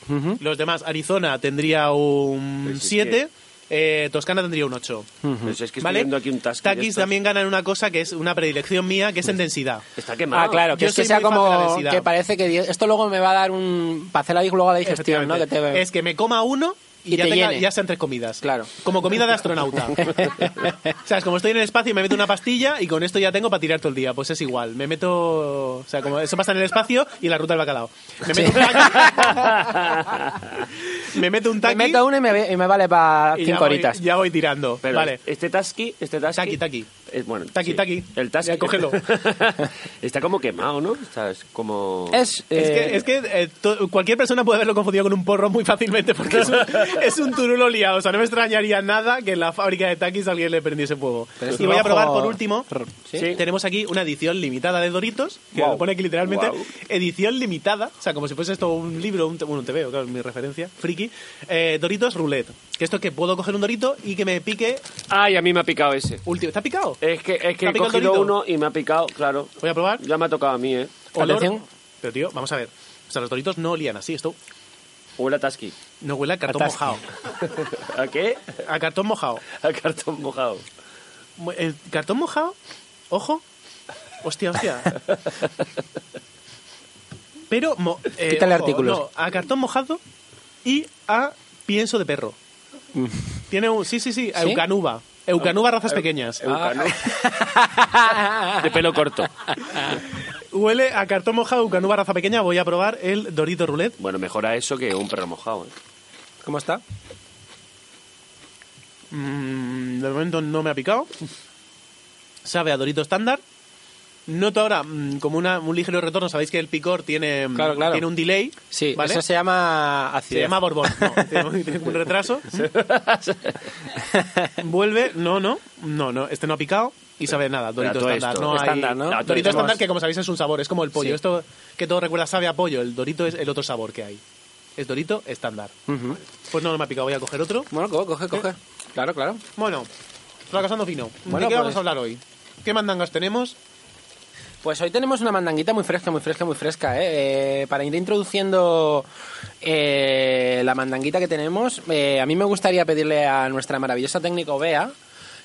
Speaker 4: Ujú,
Speaker 2: los demás, Arizona tendría un
Speaker 5: Pues es
Speaker 2: 7, eh, Toscana tendría un 8.
Speaker 5: Pues es que estoy
Speaker 2: ¿Vale?
Speaker 5: viendo aquí un tasqui de
Speaker 2: Taquis
Speaker 5: estos.
Speaker 2: también ganan una cosa que es una predilección mía, que es
Speaker 5: Pues
Speaker 2: en densidad.
Speaker 5: Está quemado.
Speaker 4: Ah, claro, que
Speaker 2: Yo
Speaker 4: es que
Speaker 2: soy
Speaker 4: sea
Speaker 2: muy fan de la
Speaker 4: como...
Speaker 2: densidad.
Speaker 4: Que parece que... di- Esto luego me va a dar un... Para hacer la, luego la digestión, ¿no? Que
Speaker 2: Efectivamente.
Speaker 4: te...
Speaker 2: Es que me coma uno y,
Speaker 4: Y
Speaker 2: ya,
Speaker 4: te
Speaker 2: tenga-
Speaker 4: llene.
Speaker 2: ya sean tres comidas.
Speaker 4: Claro.
Speaker 2: Como comida de astronauta. o sea, es como estoy en el espacio y me meto una pastilla y con esto ya tengo para tirar todo el día. Pues es igual. Me meto. O sea, como eso pasa en el espacio y en la ruta del bacalao. Me meto un taqui- me meto un
Speaker 4: Me
Speaker 2: taqui
Speaker 4: meto uno y me, y me vale para
Speaker 2: y
Speaker 4: cinco
Speaker 2: ya voy,
Speaker 4: horitas.
Speaker 2: ya voy tirando.
Speaker 5: Pero
Speaker 2: vale.
Speaker 5: este tasqui, este tasqui...
Speaker 2: Taqui, taqui.
Speaker 5: Es, bueno,
Speaker 2: Taqui, taqui.
Speaker 5: El tasqui.
Speaker 2: Ya, cógelo.
Speaker 5: Está como quemado, ¿no? Está es como...
Speaker 4: Es,
Speaker 2: Es
Speaker 4: eh,
Speaker 2: que, es que eh, to- cualquier persona puede haberlo confundido con un porro muy fácilmente porque es un, es un turulo liado. O sea, no me extrañaría nada que en la fábrica de taquis alguien le prendiese fuego.
Speaker 4: Pero es
Speaker 2: Y voy a
Speaker 4: rojo-
Speaker 2: probar por último.
Speaker 4: ¿Sí?
Speaker 5: Sí.
Speaker 2: Tenemos aquí una edición limitada de Doritos, que
Speaker 5: Guau.
Speaker 2: pone aquí literalmente
Speaker 5: Guau.
Speaker 2: edición limitada, o sea, como si fuese esto un libro, un, te- bueno, un TVO, claro, es mi referencia, friki, eh, Doritos Roulette. Que esto es que puedo coger un Dorito y que me pique
Speaker 5: Ay, a mí me ha picado ese.
Speaker 2: último. ¿Está picado?
Speaker 5: Es que, es que
Speaker 2: ¿Te ha
Speaker 5: he
Speaker 2: picado el
Speaker 5: cogido
Speaker 2: dorito?
Speaker 5: uno y me ha picado, claro.
Speaker 2: Voy a probar.
Speaker 5: Ya me ha tocado a mí, ¿eh?
Speaker 2: Olor.
Speaker 4: Atención.
Speaker 2: Pero tío, vamos a ver. O sea, los Doritos no olían así, esto
Speaker 5: Huele a tasqui.
Speaker 2: no huele a cartón
Speaker 4: Atasque.
Speaker 2: mojado.
Speaker 5: ¿A qué?
Speaker 2: A cartón mojado.
Speaker 5: A cartón mojado.
Speaker 2: Mu- El cartón mojado, ojo. Hostia, hostia. Pero. mo- eh,
Speaker 4: Quítale
Speaker 2: ojo,
Speaker 4: artículos.
Speaker 2: no, a cartón mojado y a pienso de perro. Tiene un. Sí, sí, sí, a
Speaker 4: ¿Sí?
Speaker 2: Eucanuba. Eucanuba, razas pequeñas.
Speaker 5: Eucano. De pelo corto.
Speaker 2: Huele a cartón mojado, Eucanuba, raza pequeña. Voy a probar el Dorito Roulette.
Speaker 5: Bueno, mejor a eso que un perro mojado, ¿eh?
Speaker 4: ¿Cómo está?
Speaker 2: Mm, de momento no me ha picado. Sabe a Dorito estándar. Noto ahora mm, como una- un ligero retorno. Sabéis que el picor tiene, mm,
Speaker 4: Claro, claro.
Speaker 2: tiene un delay.
Speaker 4: Sí,
Speaker 2: ¿vale?
Speaker 4: eso se llama
Speaker 2: Se
Speaker 4: acidez.
Speaker 2: llama Borbón. No, tiene tiene un retraso. Vuelve. No, no. No, no. Este no ha picado y sabe a nada. Dorito
Speaker 5: todo
Speaker 2: estándar.
Speaker 5: esto,
Speaker 2: No hay-
Speaker 4: estándar, ¿no?
Speaker 2: Dorito
Speaker 4: Tenemos-
Speaker 2: estándar que, como sabéis, es un sabor. Es como el pollo.
Speaker 4: Sí.
Speaker 2: Esto que todo recuerda sabe a pollo. El Dorito es el otro sabor que hay. Es Dorito estándar.
Speaker 4: Ujú.
Speaker 2: Pues no, no me ha picado. Voy a coger otro.
Speaker 4: Bueno, co- coge, coge. Claro, claro.
Speaker 2: Bueno, fracasando fino.
Speaker 4: Bueno,
Speaker 2: ¿De qué vamos
Speaker 4: pues-
Speaker 2: a hablar hoy? ¿Qué mandangas tenemos?
Speaker 4: Pues hoy tenemos una mandanguita muy fresca, muy fresca, muy fresca. ¿eh? Eh, para ir introduciendo eh, la mandanguita que tenemos, eh, a mí me gustaría pedirle a nuestra maravillosa técnico Bea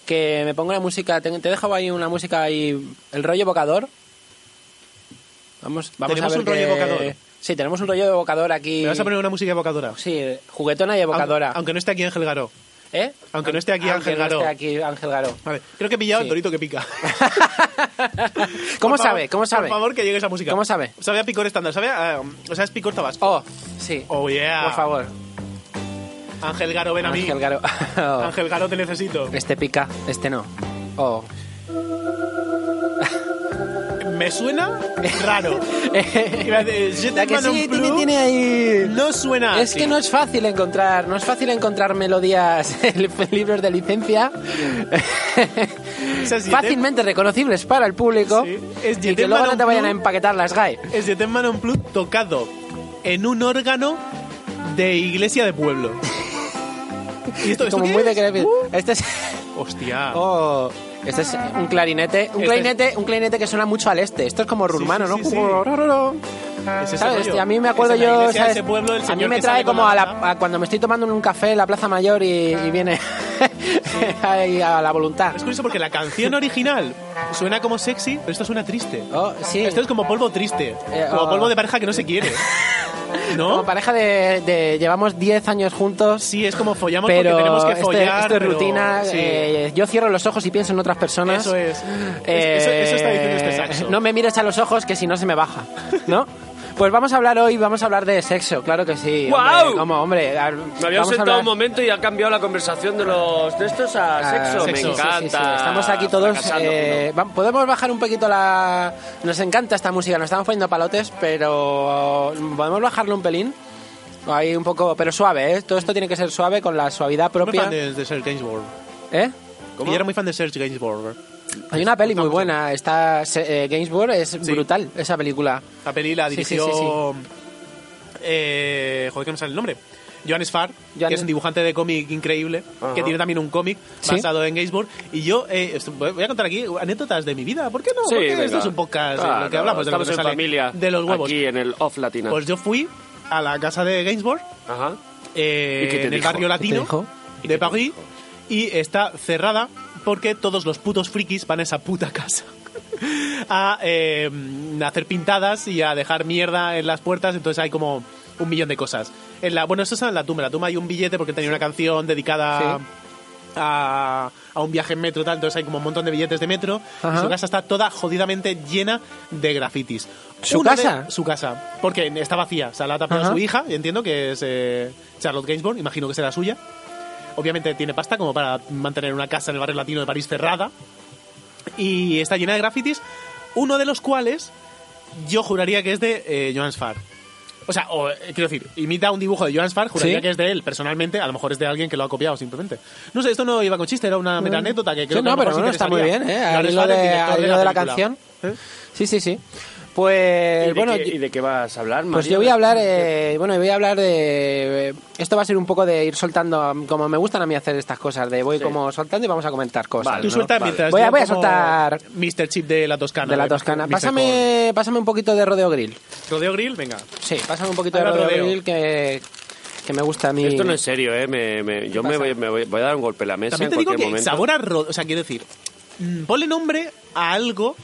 Speaker 4: que me ponga la música. Te, te he dejado ahí una música ahí, el rollo evocador. Vamos, vamos
Speaker 2: ¿Tenemos
Speaker 4: a ver
Speaker 2: un rollo
Speaker 4: qué-
Speaker 2: evocador?
Speaker 4: Sí, tenemos un rollo evocador aquí.
Speaker 2: ¿Me vas a poner una música evocadora?
Speaker 4: Sí, juguetona y evocadora.
Speaker 2: Aunque, aunque no esté aquí Ángel Garó.
Speaker 4: ¿Eh?
Speaker 2: aunque no esté aquí
Speaker 4: Aunque
Speaker 2: Ángel
Speaker 4: no
Speaker 2: Garó.
Speaker 4: esté aquí Ángel Garó.
Speaker 2: Vale, creo que he pillado
Speaker 4: Sí.
Speaker 2: el dorito que pica.
Speaker 4: ¿Cómo
Speaker 2: Por favor,
Speaker 4: sabe? ¿Cómo sabe?
Speaker 2: Por favor, que llegue esa música.
Speaker 4: ¿Cómo sabe?
Speaker 2: Sabe a picor estándar. Sabe a, um, o sea, es picor tabasco.
Speaker 4: Oh, ah, sí.
Speaker 2: Oh, yeah.
Speaker 4: Por favor.
Speaker 2: Ángel Garó, ven a mí.
Speaker 4: Ángel Garó.
Speaker 2: Ángel Garó, te necesito.
Speaker 4: Este pica, este no. Oh.
Speaker 2: Me suena raro. Iba a decir,
Speaker 4: La que
Speaker 2: Jetman
Speaker 4: sí
Speaker 2: on
Speaker 4: tiene,
Speaker 2: Blue
Speaker 4: tiene ahí.
Speaker 2: No suena
Speaker 4: Es
Speaker 2: así.
Speaker 4: que no es fácil encontrar, no es fácil encontrar melodías en libros de licencia
Speaker 2: Es así,
Speaker 4: fácilmente reconocibles para el público
Speaker 2: Sí. Es
Speaker 4: y que
Speaker 2: Jetman
Speaker 4: luego no
Speaker 2: on
Speaker 4: te vayan a
Speaker 2: Blue.
Speaker 4: empaquetar las GAE.
Speaker 2: es de Ten Man on Plug tocado en un órgano de iglesia de pueblo. ¿Y esto, esto
Speaker 4: Como
Speaker 2: qué
Speaker 4: muy de
Speaker 2: es?
Speaker 4: creepy.
Speaker 2: Uh,
Speaker 4: Este es
Speaker 2: hostia.
Speaker 4: oh, este es un clarinete, un
Speaker 2: Este
Speaker 4: clarinete, un clarinete que suena mucho al este. Esto es como rumano,
Speaker 2: sí,
Speaker 4: ¿no?
Speaker 2: sí, sí.
Speaker 4: Como-
Speaker 2: Es ese
Speaker 4: ¿Sabes?
Speaker 2: rollo.
Speaker 4: Este, a mí me acuerdo
Speaker 2: Es en la
Speaker 4: yo,
Speaker 2: iglesia de
Speaker 4: ¿sabes?
Speaker 2: ese pueblo, el
Speaker 4: a mí
Speaker 2: señor
Speaker 4: me
Speaker 2: que
Speaker 4: trae
Speaker 2: sale con Ah.
Speaker 4: como a, la-
Speaker 2: lanza.
Speaker 4: a cuando me estoy tomando un café en la Plaza Mayor y, y viene ahí a la voluntad.
Speaker 2: Es curioso porque la canción original suena como sexy, pero esto suena triste.
Speaker 4: Oh, sí.
Speaker 2: Esto es como polvo triste.
Speaker 4: Eh,
Speaker 2: como
Speaker 4: oh.
Speaker 2: polvo de pareja que no se quiere. ¿No?
Speaker 4: Como pareja de, de- llevamos 10 años juntos.
Speaker 2: Sí, es como follamos
Speaker 4: Pero
Speaker 2: porque tenemos que
Speaker 4: este-
Speaker 2: follar.
Speaker 4: esto es
Speaker 2: pero-
Speaker 4: rutina.
Speaker 2: sí.
Speaker 4: eh, yo cierro los ojos y pienso en otras personas.
Speaker 2: Eso es.
Speaker 4: Eh,
Speaker 2: Es- eso, eso está diciendo este saxo.
Speaker 4: No me mires a los ojos que si no se me baja, ¿no? Pues vamos a hablar hoy, vamos a hablar de sexo, claro que sí.
Speaker 5: ¡Guau!
Speaker 4: Hombre, ¿cómo, hombre? A-
Speaker 5: Me había
Speaker 4: vamos a
Speaker 5: sentado
Speaker 4: hablar-
Speaker 5: un momento y ha cambiado la conversación de los textos a
Speaker 4: Ah,
Speaker 5: sexo.
Speaker 4: sí, sí,
Speaker 5: Me
Speaker 4: sí,
Speaker 5: encanta.
Speaker 4: sí, sí. Estamos aquí todos.
Speaker 5: Fracasando,
Speaker 4: eh, va- Podemos bajar un poquito la. Nos encanta esta música, nos estamos poniendo palotes, pero podemos bajarlo un pelín. Ahí un poco, pero suave, ¿eh? Todo esto tiene que ser suave con la suavidad
Speaker 2: Yo era muy
Speaker 4: propia.
Speaker 2: fan de, de Serge Gainsbourg.
Speaker 4: ¿Eh?
Speaker 2: Yo era muy fan de Serge Gainsbourg.
Speaker 4: Hay una peli muy buena. Está se- eh, Gainsbourg es
Speaker 2: Sí.
Speaker 4: brutal esa película.
Speaker 2: La peli la
Speaker 4: Sí, sí, sí,
Speaker 2: dirigió. eh, joder, que no me sale el nombre. Joan Sfar,
Speaker 4: Joan-
Speaker 2: que es un dibujante de cómic increíble, que tiene también un cómic
Speaker 4: Sí.
Speaker 2: basado en Gainsbourg. Y yo eh, esto- voy a contar aquí anécdotas de mi vida, ¿por qué no?
Speaker 5: Sí,
Speaker 2: Porque
Speaker 5: venga.
Speaker 2: esto es un podcast en
Speaker 5: Claro,
Speaker 2: el que hablamos de lo que
Speaker 5: estamos
Speaker 2: nos
Speaker 5: en
Speaker 2: sale
Speaker 5: familia.
Speaker 2: de los huevos.
Speaker 5: Aquí en el Off Latina.
Speaker 2: Pues yo fui a la casa de Gainsbourg,
Speaker 5: Ajá.
Speaker 2: eh,
Speaker 5: ¿Y qué te
Speaker 2: en el
Speaker 5: dijo?
Speaker 2: barrio latino
Speaker 4: dijo?
Speaker 2: de París, y está cerrada porque todos los putos frikis van a esa puta casa. a eh, a hacer pintadas y a dejar mierda en las puertas, entonces hay como un millón de cosas. En la, bueno, eso es en la tumba, en la tumba hay un billete porque tenía una canción dedicada a, a un viaje en metro, tal. Entonces hay como un montón de billetes de metro. y
Speaker 4: Ajá.
Speaker 2: su casa está toda jodidamente llena de grafitis.
Speaker 4: ¿Su
Speaker 2: Una de-
Speaker 4: casa?
Speaker 2: su casa. Porque está vacía. O sea, la ha tapeado
Speaker 4: Ajá.
Speaker 2: su hija, y entiendo que es eh, Charlotte Gainsbourg, imagino que será suya. Obviamente tiene pasta como para mantener una casa en el barrio latino de París cerrada. Y está llena de grafitis, uno de los cuales yo juraría que es de eh, Johannes Farr. O sea, o, eh, quiero decir, imita un dibujo de Johannes Farr, juraría
Speaker 4: Sí.
Speaker 2: que es de él personalmente, a lo mejor es de alguien que lo ha copiado simplemente. No sé, esto no iba con chiste, era una mera anécdota que creo
Speaker 4: Mm. Sí,
Speaker 2: que a
Speaker 4: no,
Speaker 2: lo
Speaker 4: pero
Speaker 2: mejor sí
Speaker 4: bueno, está muy bien,
Speaker 2: interesaría.
Speaker 4: ¿eh?
Speaker 2: Johannes
Speaker 4: Al hilo
Speaker 2: Farr, el
Speaker 4: de,
Speaker 2: director
Speaker 4: al hilo de la
Speaker 2: película.
Speaker 4: canción.
Speaker 2: ¿Eh?
Speaker 4: Sí, sí, sí.
Speaker 5: ¿Y
Speaker 4: Pues
Speaker 5: de
Speaker 4: bueno,
Speaker 5: qué- ¿Y de qué vas a hablar,
Speaker 4: Pues
Speaker 5: María?
Speaker 4: yo voy a hablar, eh, bueno, voy a hablar de... eh, Esto va a ser un poco de ir soltando, como me gustan a mí hacer estas cosas, de voy como soltando y vamos a comentar cosas.
Speaker 5: Vale,
Speaker 2: Tú
Speaker 5: ¿no?
Speaker 2: suelta
Speaker 5: Vale.
Speaker 2: mientras.
Speaker 4: Voy a-
Speaker 2: yo
Speaker 4: voy a
Speaker 2: como
Speaker 4: soltar-
Speaker 2: Mr. Chip de la Toscana.
Speaker 4: de la
Speaker 2: Mr.
Speaker 4: toscana.
Speaker 2: Mr.
Speaker 4: Pásame, pásame un poquito de rodeo grill.
Speaker 2: Con. Rodeo Grill, venga.
Speaker 4: Sí, pásame un poquito
Speaker 2: Ahora
Speaker 4: de rodeo,
Speaker 2: rodeo.
Speaker 4: grill que, que me gusta a mí.
Speaker 5: Esto no es serio, ¿eh? Me- me- yo me
Speaker 4: pasa?
Speaker 5: voy, me voy- voy a dar un golpe en la mesa en
Speaker 2: También te digo
Speaker 5: cualquier
Speaker 2: que
Speaker 5: momento.
Speaker 2: sabor a rodeo. O sea, quiero decir, mm, ponle nombre a algo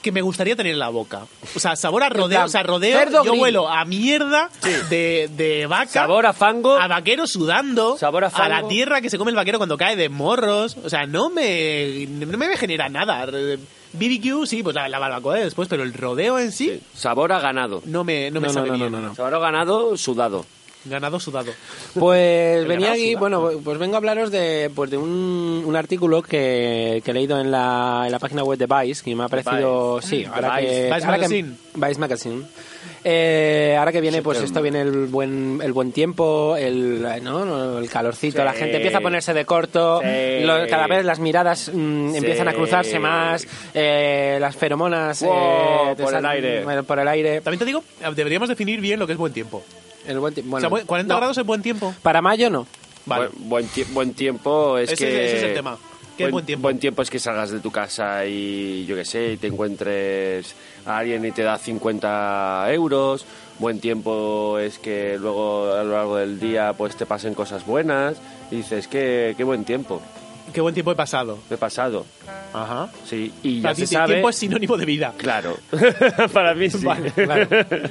Speaker 2: que me gustaría tener en la boca. O sea, sabor a rodeo.
Speaker 4: plan,
Speaker 2: O sea, rodeo.
Speaker 4: cerdo
Speaker 2: yo
Speaker 4: grill.
Speaker 2: huelo a mierda de, de vaca.
Speaker 5: Sabor a fango.
Speaker 2: a vaquero sudando,
Speaker 5: Sabor a
Speaker 2: a la
Speaker 5: fango.
Speaker 2: tierra que se come el vaquero cuando cae de morros, o sea, no me, no me genera nada. BBQ, sí, pues la, la barbacoa de después, pero el rodeo en sí,
Speaker 5: Sabor a ganado.
Speaker 2: no me, no me
Speaker 4: No, no,
Speaker 2: sabe
Speaker 4: no,
Speaker 2: bien.
Speaker 4: no, no, no.
Speaker 5: Sabor a ganado sudado.
Speaker 2: Ganado sudado.
Speaker 4: Pues venía
Speaker 2: ganado
Speaker 4: aquí,
Speaker 2: suda.
Speaker 4: bueno, pues vengo a hablaros de, pues de un, un artículo que, que he leído en la, en la página web de Vice, que me ha parecido, sí, ahora
Speaker 5: Vice.
Speaker 4: que...
Speaker 2: Vice
Speaker 4: ahora que-
Speaker 2: Magazine.
Speaker 4: Vice Magazine. Eh, ahora que viene, pues esto viene el buen el buen tiempo, el, eh, ¿no? el calorcito,
Speaker 5: Sí.
Speaker 4: la gente empieza a ponerse de corto,
Speaker 5: Sí.
Speaker 4: lo- cada vez las miradas mm,
Speaker 5: Sí.
Speaker 4: empiezan a cruzarse más, eh, las feromonas...
Speaker 5: Wow,
Speaker 4: eh, te
Speaker 5: por el
Speaker 4: salen-
Speaker 5: aire.
Speaker 4: bueno, Por el aire.
Speaker 2: También te digo, deberíamos definir bien lo que es buen tiempo.
Speaker 4: El buen tie-
Speaker 2: o
Speaker 4: bueno,
Speaker 2: sea, buen- 40
Speaker 4: no.
Speaker 2: grados es buen tiempo.
Speaker 4: Para mayo no.
Speaker 2: Vale.
Speaker 5: Buen, buen tie- buen tiempo es
Speaker 2: Ese-
Speaker 5: que...
Speaker 2: ese es el tema. ¿Qué buen tiempo?
Speaker 5: Buen tiempo es que salgas de tu casa y, yo qué sé, y te encuentres a alguien y te da 50 euros. Buen tiempo es que luego a lo largo del día pues te pasen cosas buenas. Y dices, qué, qué buen tiempo.
Speaker 2: Qué buen tiempo he pasado.
Speaker 5: Me he pasado.
Speaker 2: Ajá.
Speaker 5: Sí, y ya
Speaker 2: Para ti,
Speaker 5: se
Speaker 2: ti-
Speaker 5: sabe...
Speaker 2: tiempo es sinónimo de vida.
Speaker 5: Claro, para mí sí.
Speaker 2: Vale, claro.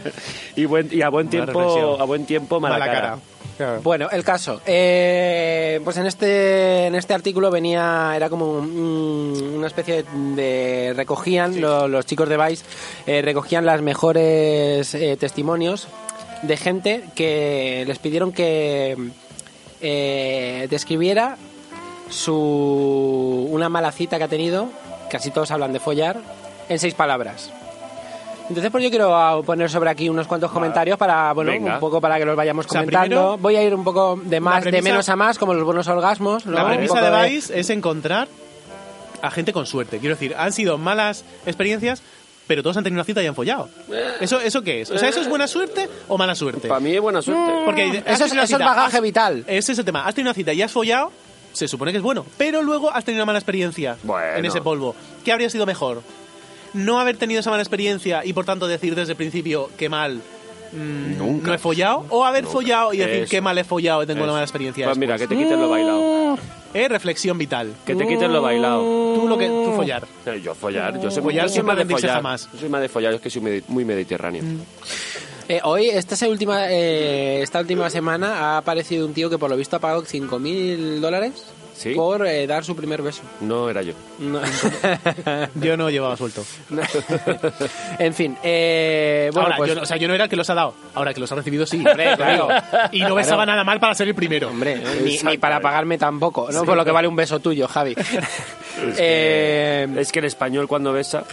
Speaker 5: y, buen, y a buen
Speaker 2: Buena reflexión.
Speaker 5: tiempo, a buen tiempo mala, cara.
Speaker 2: Claro.
Speaker 4: Bueno, el caso. Eh, pues en este, en este artículo venía, era como un- una especie de, de- recogían lo- los chicos de Vice, eh, recogían las mejores eh, testimonios de gente que les pidieron que eh, describiera su una mala cita que ha tenido, casi todos hablan de follar, en seis palabras. Entonces, pues yo quiero ah, poner sobre aquí unos cuantos comentarios para, bueno,
Speaker 5: Venga.
Speaker 4: un poco para que los vayamos
Speaker 2: sea,
Speaker 4: comentando.
Speaker 2: primero-
Speaker 4: Voy a ir un poco de más,
Speaker 2: premisa-
Speaker 4: de menos a más, como los buenos orgasmos. ¿no?
Speaker 2: La
Speaker 4: Un
Speaker 2: premisa
Speaker 4: poco
Speaker 2: de Vice es encontrar a gente con suerte. Quiero decir, han sido malas experiencias, pero todos han tenido una cita y han follado. ¿Eso, eso qué es? O sea, ¿eso es buena suerte o mala suerte?
Speaker 5: Para mí es buena suerte.
Speaker 2: Porque has
Speaker 4: Eh, Eso es-
Speaker 2: tenido una
Speaker 4: eso es
Speaker 2: cita,
Speaker 4: bagaje
Speaker 2: has-
Speaker 4: vital.
Speaker 2: Ese es el tema. Has tenido una cita y has follado, se supone que es bueno. Pero luego has tenido una mala experiencia
Speaker 5: Bueno.
Speaker 2: en ese polvo. ¿Qué habría sido mejor? No haber tenido esa mala experiencia y por tanto decir desde el principio que mal mm, no he follado. O haber follado y decir
Speaker 5: Eso.
Speaker 2: qué mal he follado y tengo una mala experiencia.
Speaker 5: Pues mira, que te quiten lo bailado.
Speaker 2: después. Eh, Reflexión vital.
Speaker 5: Que te quiten lo bailado.
Speaker 2: Tú lo que
Speaker 4: Mm.
Speaker 2: tú follar.
Speaker 5: Mm. Pero Yo follar, yo soy,
Speaker 2: Follar
Speaker 5: yo soy
Speaker 2: siempre
Speaker 5: más de
Speaker 2: bendice
Speaker 5: follar.
Speaker 2: jamás.
Speaker 5: Yo soy más de follar, es que soy medi- muy mediterráneo.
Speaker 4: Eh, hoy, esta, se- última, eh, esta última semana, ha aparecido un tío que por lo visto ha pagado 5.000 dólares
Speaker 5: Sí.
Speaker 4: por eh, dar su primer beso.
Speaker 5: No era yo.
Speaker 4: No.
Speaker 2: Yo no llevaba suelto.
Speaker 4: No. en fin, eh, bueno,
Speaker 2: Ahora,
Speaker 4: pues...
Speaker 2: yo, no- o sea, yo no era el que los ha dado. Ahora que los ha recibido, sí.
Speaker 4: Hombre, claro.
Speaker 2: Y no besaba nada mal para ser el primero.
Speaker 4: Hombre, ni, ni para pagarme tampoco, ¿no? Por lo que vale un beso tuyo, Javi. Eh,
Speaker 5: Es que el español cuando besa,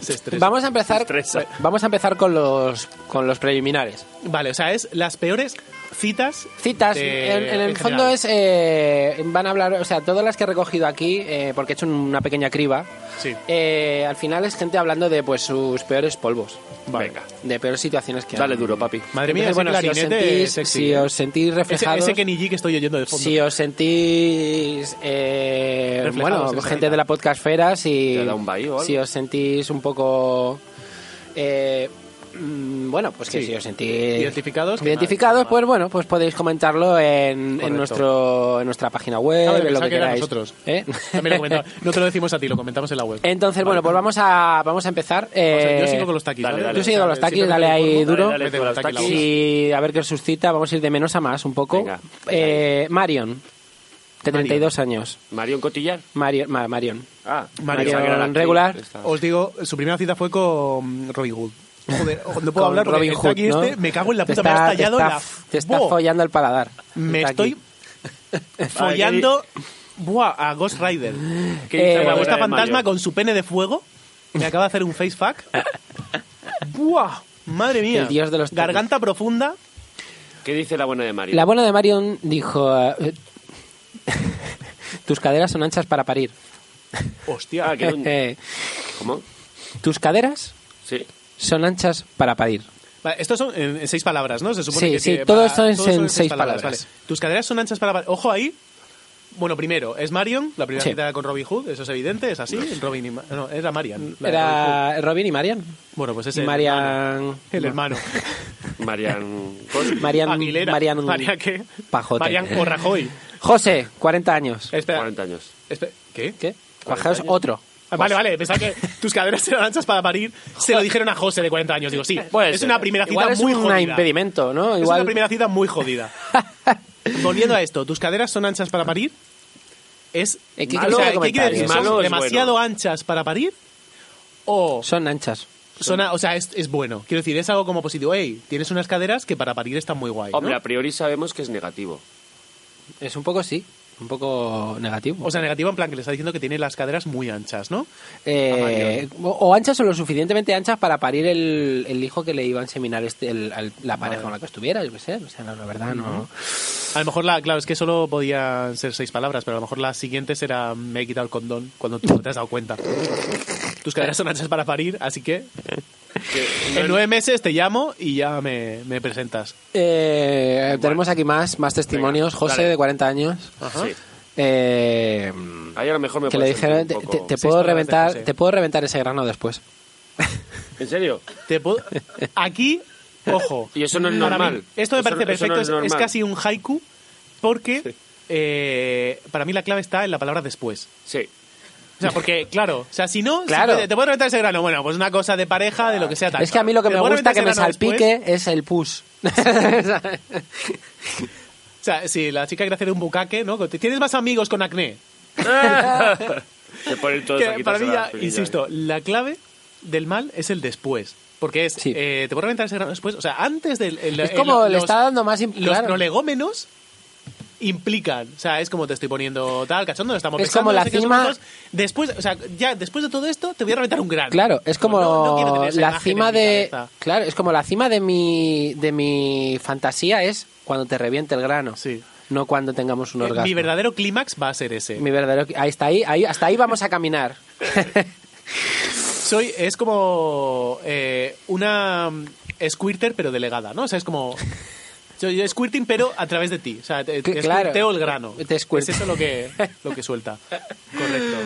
Speaker 2: Se estresa.
Speaker 4: vamos a empezar.
Speaker 5: Estresa.
Speaker 4: Vamos a empezar con los con los preliminares.
Speaker 2: Vale, o sea, es las peores citas.
Speaker 4: Citas,
Speaker 2: de-
Speaker 4: en, en el
Speaker 2: en
Speaker 4: fondo
Speaker 2: general.
Speaker 4: es eh, van a hablar, o sea, todas las que he recogido aquí, eh, porque he hecho una pequeña criba.
Speaker 2: Sí.
Speaker 4: eh, al final es gente hablando de pues sus peores polvos,
Speaker 2: Vale.
Speaker 5: venga,
Speaker 4: de peores situaciones que. han-
Speaker 5: dale duro, papi.
Speaker 2: Madre mía,
Speaker 4: Entonces,
Speaker 2: ese
Speaker 4: bueno, si os
Speaker 2: clarinete
Speaker 4: sentís,
Speaker 2: sexy. ¿eh?
Speaker 4: si os sentís
Speaker 2: ese,
Speaker 4: reflejados,
Speaker 2: ese Kenny G que estoy oyendo de fondo.
Speaker 4: Si os sentís, eh,
Speaker 2: Pues Reflejados
Speaker 4: bueno,
Speaker 2: en esa
Speaker 4: gente
Speaker 2: cita.
Speaker 4: de la podcastfera, si,
Speaker 5: Te da un baí o algo.
Speaker 4: si os sentís un poco... eh, mm, bueno, pues que
Speaker 2: Sí.
Speaker 4: si os sentís...
Speaker 2: Identificados, que
Speaker 4: Identificados,
Speaker 2: nada,
Speaker 4: pues bueno, pues podéis comentarlo en, en
Speaker 2: Correcto.
Speaker 4: nuestro, en nuestra página web,
Speaker 2: Ah, vale,
Speaker 4: en lo
Speaker 2: pensaba
Speaker 4: que
Speaker 2: que era
Speaker 4: queráis.
Speaker 2: nosotros.
Speaker 4: ¿Eh?
Speaker 2: También lo comentaba. No te lo decimos a ti, lo comentamos en la web.
Speaker 4: Entonces, bueno, pues vamos a, vamos a empezar.
Speaker 2: O sea, yo
Speaker 4: eh,
Speaker 2: sigo con los taquis.
Speaker 5: dale,
Speaker 2: ¿vale?
Speaker 5: dale. Yo
Speaker 4: sigo con los
Speaker 2: Si
Speaker 4: taquis,
Speaker 2: no te
Speaker 4: dale ahí
Speaker 2: conformo,
Speaker 4: duro.
Speaker 2: dale, dale,
Speaker 5: Con los
Speaker 2: taquis.
Speaker 5: taquis.
Speaker 2: Sí. pues
Speaker 4: si- a ver qué os suscita, vamos a ir de menos a más un poco.
Speaker 5: Venga, venga
Speaker 4: Eh, Marion, de 32 años.
Speaker 5: Marion Cotillar.
Speaker 4: Mario, Ma- Marion.
Speaker 5: Ah,
Speaker 4: Marion
Speaker 5: pensaba que era la actriz.
Speaker 4: regular.
Speaker 5: Esta.
Speaker 2: Os digo, su primera cita fue con Robin Hood. Joder, oh, no puedo
Speaker 4: Con
Speaker 2: hablar porque
Speaker 4: Robin
Speaker 2: está
Speaker 4: Hood,
Speaker 2: aquí
Speaker 4: ¿no?
Speaker 2: este, me cago en la
Speaker 4: Te
Speaker 2: puta, me has
Speaker 4: está-
Speaker 2: tallado
Speaker 4: te
Speaker 2: en
Speaker 4: está,
Speaker 2: la...
Speaker 4: Te está
Speaker 2: Buah,
Speaker 4: follando el paladar.
Speaker 2: Me
Speaker 4: Está aquí.
Speaker 2: estoy follando buah, a Ghost Rider.
Speaker 5: ¿Qué
Speaker 4: Eh,
Speaker 5: dice
Speaker 2: La
Speaker 5: la
Speaker 4: Buena
Speaker 2: esta
Speaker 5: abuela de
Speaker 2: fantasma
Speaker 5: Mario?
Speaker 2: con su pene de fuego me acaba de hacer un face fuck. Buah, madre mía.
Speaker 4: El dios de los
Speaker 2: Garganta profunda.
Speaker 5: ¿Qué dice la buena de Mario?
Speaker 4: La buena de Marion dijo... eh, Tus caderas son anchas para parir.
Speaker 2: Hostia.
Speaker 5: Ah, que era un-
Speaker 4: Eh,
Speaker 5: ¿Cómo?
Speaker 4: Tus caderas
Speaker 5: Sí.
Speaker 4: son anchas para parir.
Speaker 2: Vale, estos son en, en seis palabras, ¿no? Se supone
Speaker 4: Sí,
Speaker 2: que
Speaker 4: sí,
Speaker 2: tiene
Speaker 4: todo
Speaker 2: para-
Speaker 4: esto es en
Speaker 2: son
Speaker 4: seis palabras.
Speaker 2: vale. Tus caderas son anchas para... pa- Ojo ahí. Bueno, primero, es Marion, la primera
Speaker 4: Sí.
Speaker 2: cita con Robin Hood, eso es evidente, es así. Robin y Ma- No, era Marian. la de Robin Hood.
Speaker 4: Era Robin y Marian.
Speaker 2: Bueno, pues ese...
Speaker 4: Marian...
Speaker 2: El hermano.
Speaker 5: Marian. Cos-
Speaker 4: Marian...
Speaker 2: Aguilera.
Speaker 4: Marian...
Speaker 2: Marian, ¿qué?
Speaker 4: Pajote.
Speaker 2: Marian o Rajoy.
Speaker 4: José, 40 años.
Speaker 2: Espera,
Speaker 5: 40 años.
Speaker 2: espera, ¿Qué?
Speaker 4: ¿Qué? Cuajaos
Speaker 5: años.
Speaker 4: otro.
Speaker 2: Ah, Vale, vale, pensaba que tus caderas eran anchas para parir. Se lo dijeron a José de 40 años. Digo, sí,
Speaker 5: Puede
Speaker 2: es
Speaker 5: ser.
Speaker 2: una primera cita
Speaker 4: Igual es
Speaker 2: muy
Speaker 4: un
Speaker 2: jodida.
Speaker 4: impedimento, ¿no?
Speaker 2: Es una
Speaker 4: Igual...
Speaker 2: primera cita muy jodida. Volviendo a esto, ¿tus caderas son anchas para parir? ¿Es
Speaker 4: Eh, ¿qué-
Speaker 2: malo?
Speaker 4: qué
Speaker 2: O sea,
Speaker 4: comentario?
Speaker 2: ¿Qué quiere decir? ¿Son
Speaker 5: Malo es
Speaker 2: demasiado
Speaker 5: bueno.
Speaker 2: anchas para parir? ¿O
Speaker 4: Son anchas.
Speaker 2: son, a- o sea, es, es bueno? Quiero decir, es algo como positivo. Ey, tienes unas caderas que para parir están muy guay. ¿no?
Speaker 5: Hombre, a priori sabemos que es negativo.
Speaker 4: Es un poco sí, un poco negativo.
Speaker 2: O sea, negativo en plan que le está diciendo que tiene las caderas muy anchas, ¿no?
Speaker 4: Eh, o, o anchas o lo suficientemente anchas para parir el, el hijo que le iba a inseminar este, el- al- la pareja con la que estuviera, yo qué sé. O sea, no, la verdad no.
Speaker 2: A lo mejor la, claro, es que solo podían ser seis palabras, pero a lo mejor la siguiente será me he quitado el condón cuando tú no te has dado cuenta. Tus caderas son anchas para parir, así que en nueve meses te llamo y ya me, me presentas.
Speaker 4: Eh, tenemos aquí más, más testimonios.
Speaker 5: Venga,
Speaker 4: José,
Speaker 5: dale.
Speaker 4: de 40 años.
Speaker 5: Sí.
Speaker 4: eh,
Speaker 5: Ahí a lo mejor me
Speaker 4: que le
Speaker 5: puede sentir
Speaker 4: dijeron,
Speaker 5: un
Speaker 4: te,
Speaker 5: poco-
Speaker 4: te
Speaker 2: seis
Speaker 4: puedo
Speaker 2: palabras de
Speaker 4: reventar,
Speaker 2: José.
Speaker 4: te puedo reventar ese grano después.
Speaker 5: ¿En serio?
Speaker 2: Te puedo- Aquí, ojo.
Speaker 5: Y eso no es
Speaker 2: Para mí,
Speaker 5: normal.
Speaker 2: esto me
Speaker 5: Eso-
Speaker 2: parece
Speaker 5: eso no
Speaker 2: perfecto,
Speaker 5: es
Speaker 2: es- es,
Speaker 5: normal.
Speaker 2: casi un haiku, porque eh, para mí la clave está en la palabra después.
Speaker 5: Sí.
Speaker 2: O sea, porque, claro, o sea, si no, si
Speaker 4: Claro.
Speaker 2: te, te puedo reventar ese grano. Bueno, pues una cosa de pareja, de lo que sea tal.
Speaker 4: Es que a mí lo que
Speaker 2: Te
Speaker 4: me
Speaker 2: puedo
Speaker 4: gusta
Speaker 2: reventar ese
Speaker 4: que me
Speaker 2: grano después.
Speaker 4: salpique es el push.
Speaker 2: O sea, si la chica quiere hacer un bucaque, ¿no? Te- Tienes más amigos con acné.
Speaker 5: Se ponen todos
Speaker 2: Que
Speaker 5: a ¿eh?
Speaker 2: para
Speaker 5: quitarse
Speaker 2: mí,
Speaker 5: las
Speaker 2: ya,
Speaker 5: pelillas.
Speaker 2: insisto, la clave del mal es el después. Porque es,
Speaker 4: Sí.
Speaker 2: eh, te voy a reventar ese grano después. O sea, antes del. el-
Speaker 4: es
Speaker 2: el-
Speaker 4: como le
Speaker 2: eh, los-
Speaker 4: está dando más... imp-
Speaker 2: Los
Speaker 4: claro.
Speaker 2: prolegómenos implican. O sea, es como te estoy poniendo tal, cachondo, estamos
Speaker 4: Es
Speaker 2: pensando,
Speaker 4: como
Speaker 2: no
Speaker 4: la
Speaker 2: sé qué, no sé
Speaker 4: cima-
Speaker 2: cuántos. Después, o sea, ya después de todo esto, te voy a reventar un grano.
Speaker 4: Claro, es como
Speaker 2: No, no quiero tener esa
Speaker 4: la
Speaker 2: imagen
Speaker 4: cima
Speaker 2: en mi
Speaker 4: de
Speaker 2: cabeza. Eh,
Speaker 4: claro, es como la cima de mi de mi fantasía es cuando te reviente el grano,
Speaker 2: Sí.
Speaker 4: no cuando tengamos un
Speaker 2: Eh,
Speaker 4: orgasmo.
Speaker 2: Mi verdadero clímax va a ser ese.
Speaker 4: Mi verdadero- ahí está ahí, ahí- hasta ahí vamos a caminar.
Speaker 2: Soy, es como eh, una mm, squirter pero delegada, ¿no? O sea, es como... Soy yo squirting pero a través de ti. O sea, te, te
Speaker 4: Claro.
Speaker 2: squirteo el grano.
Speaker 4: Te squirt.
Speaker 2: Es eso lo que, lo que suelta. Este Correcto.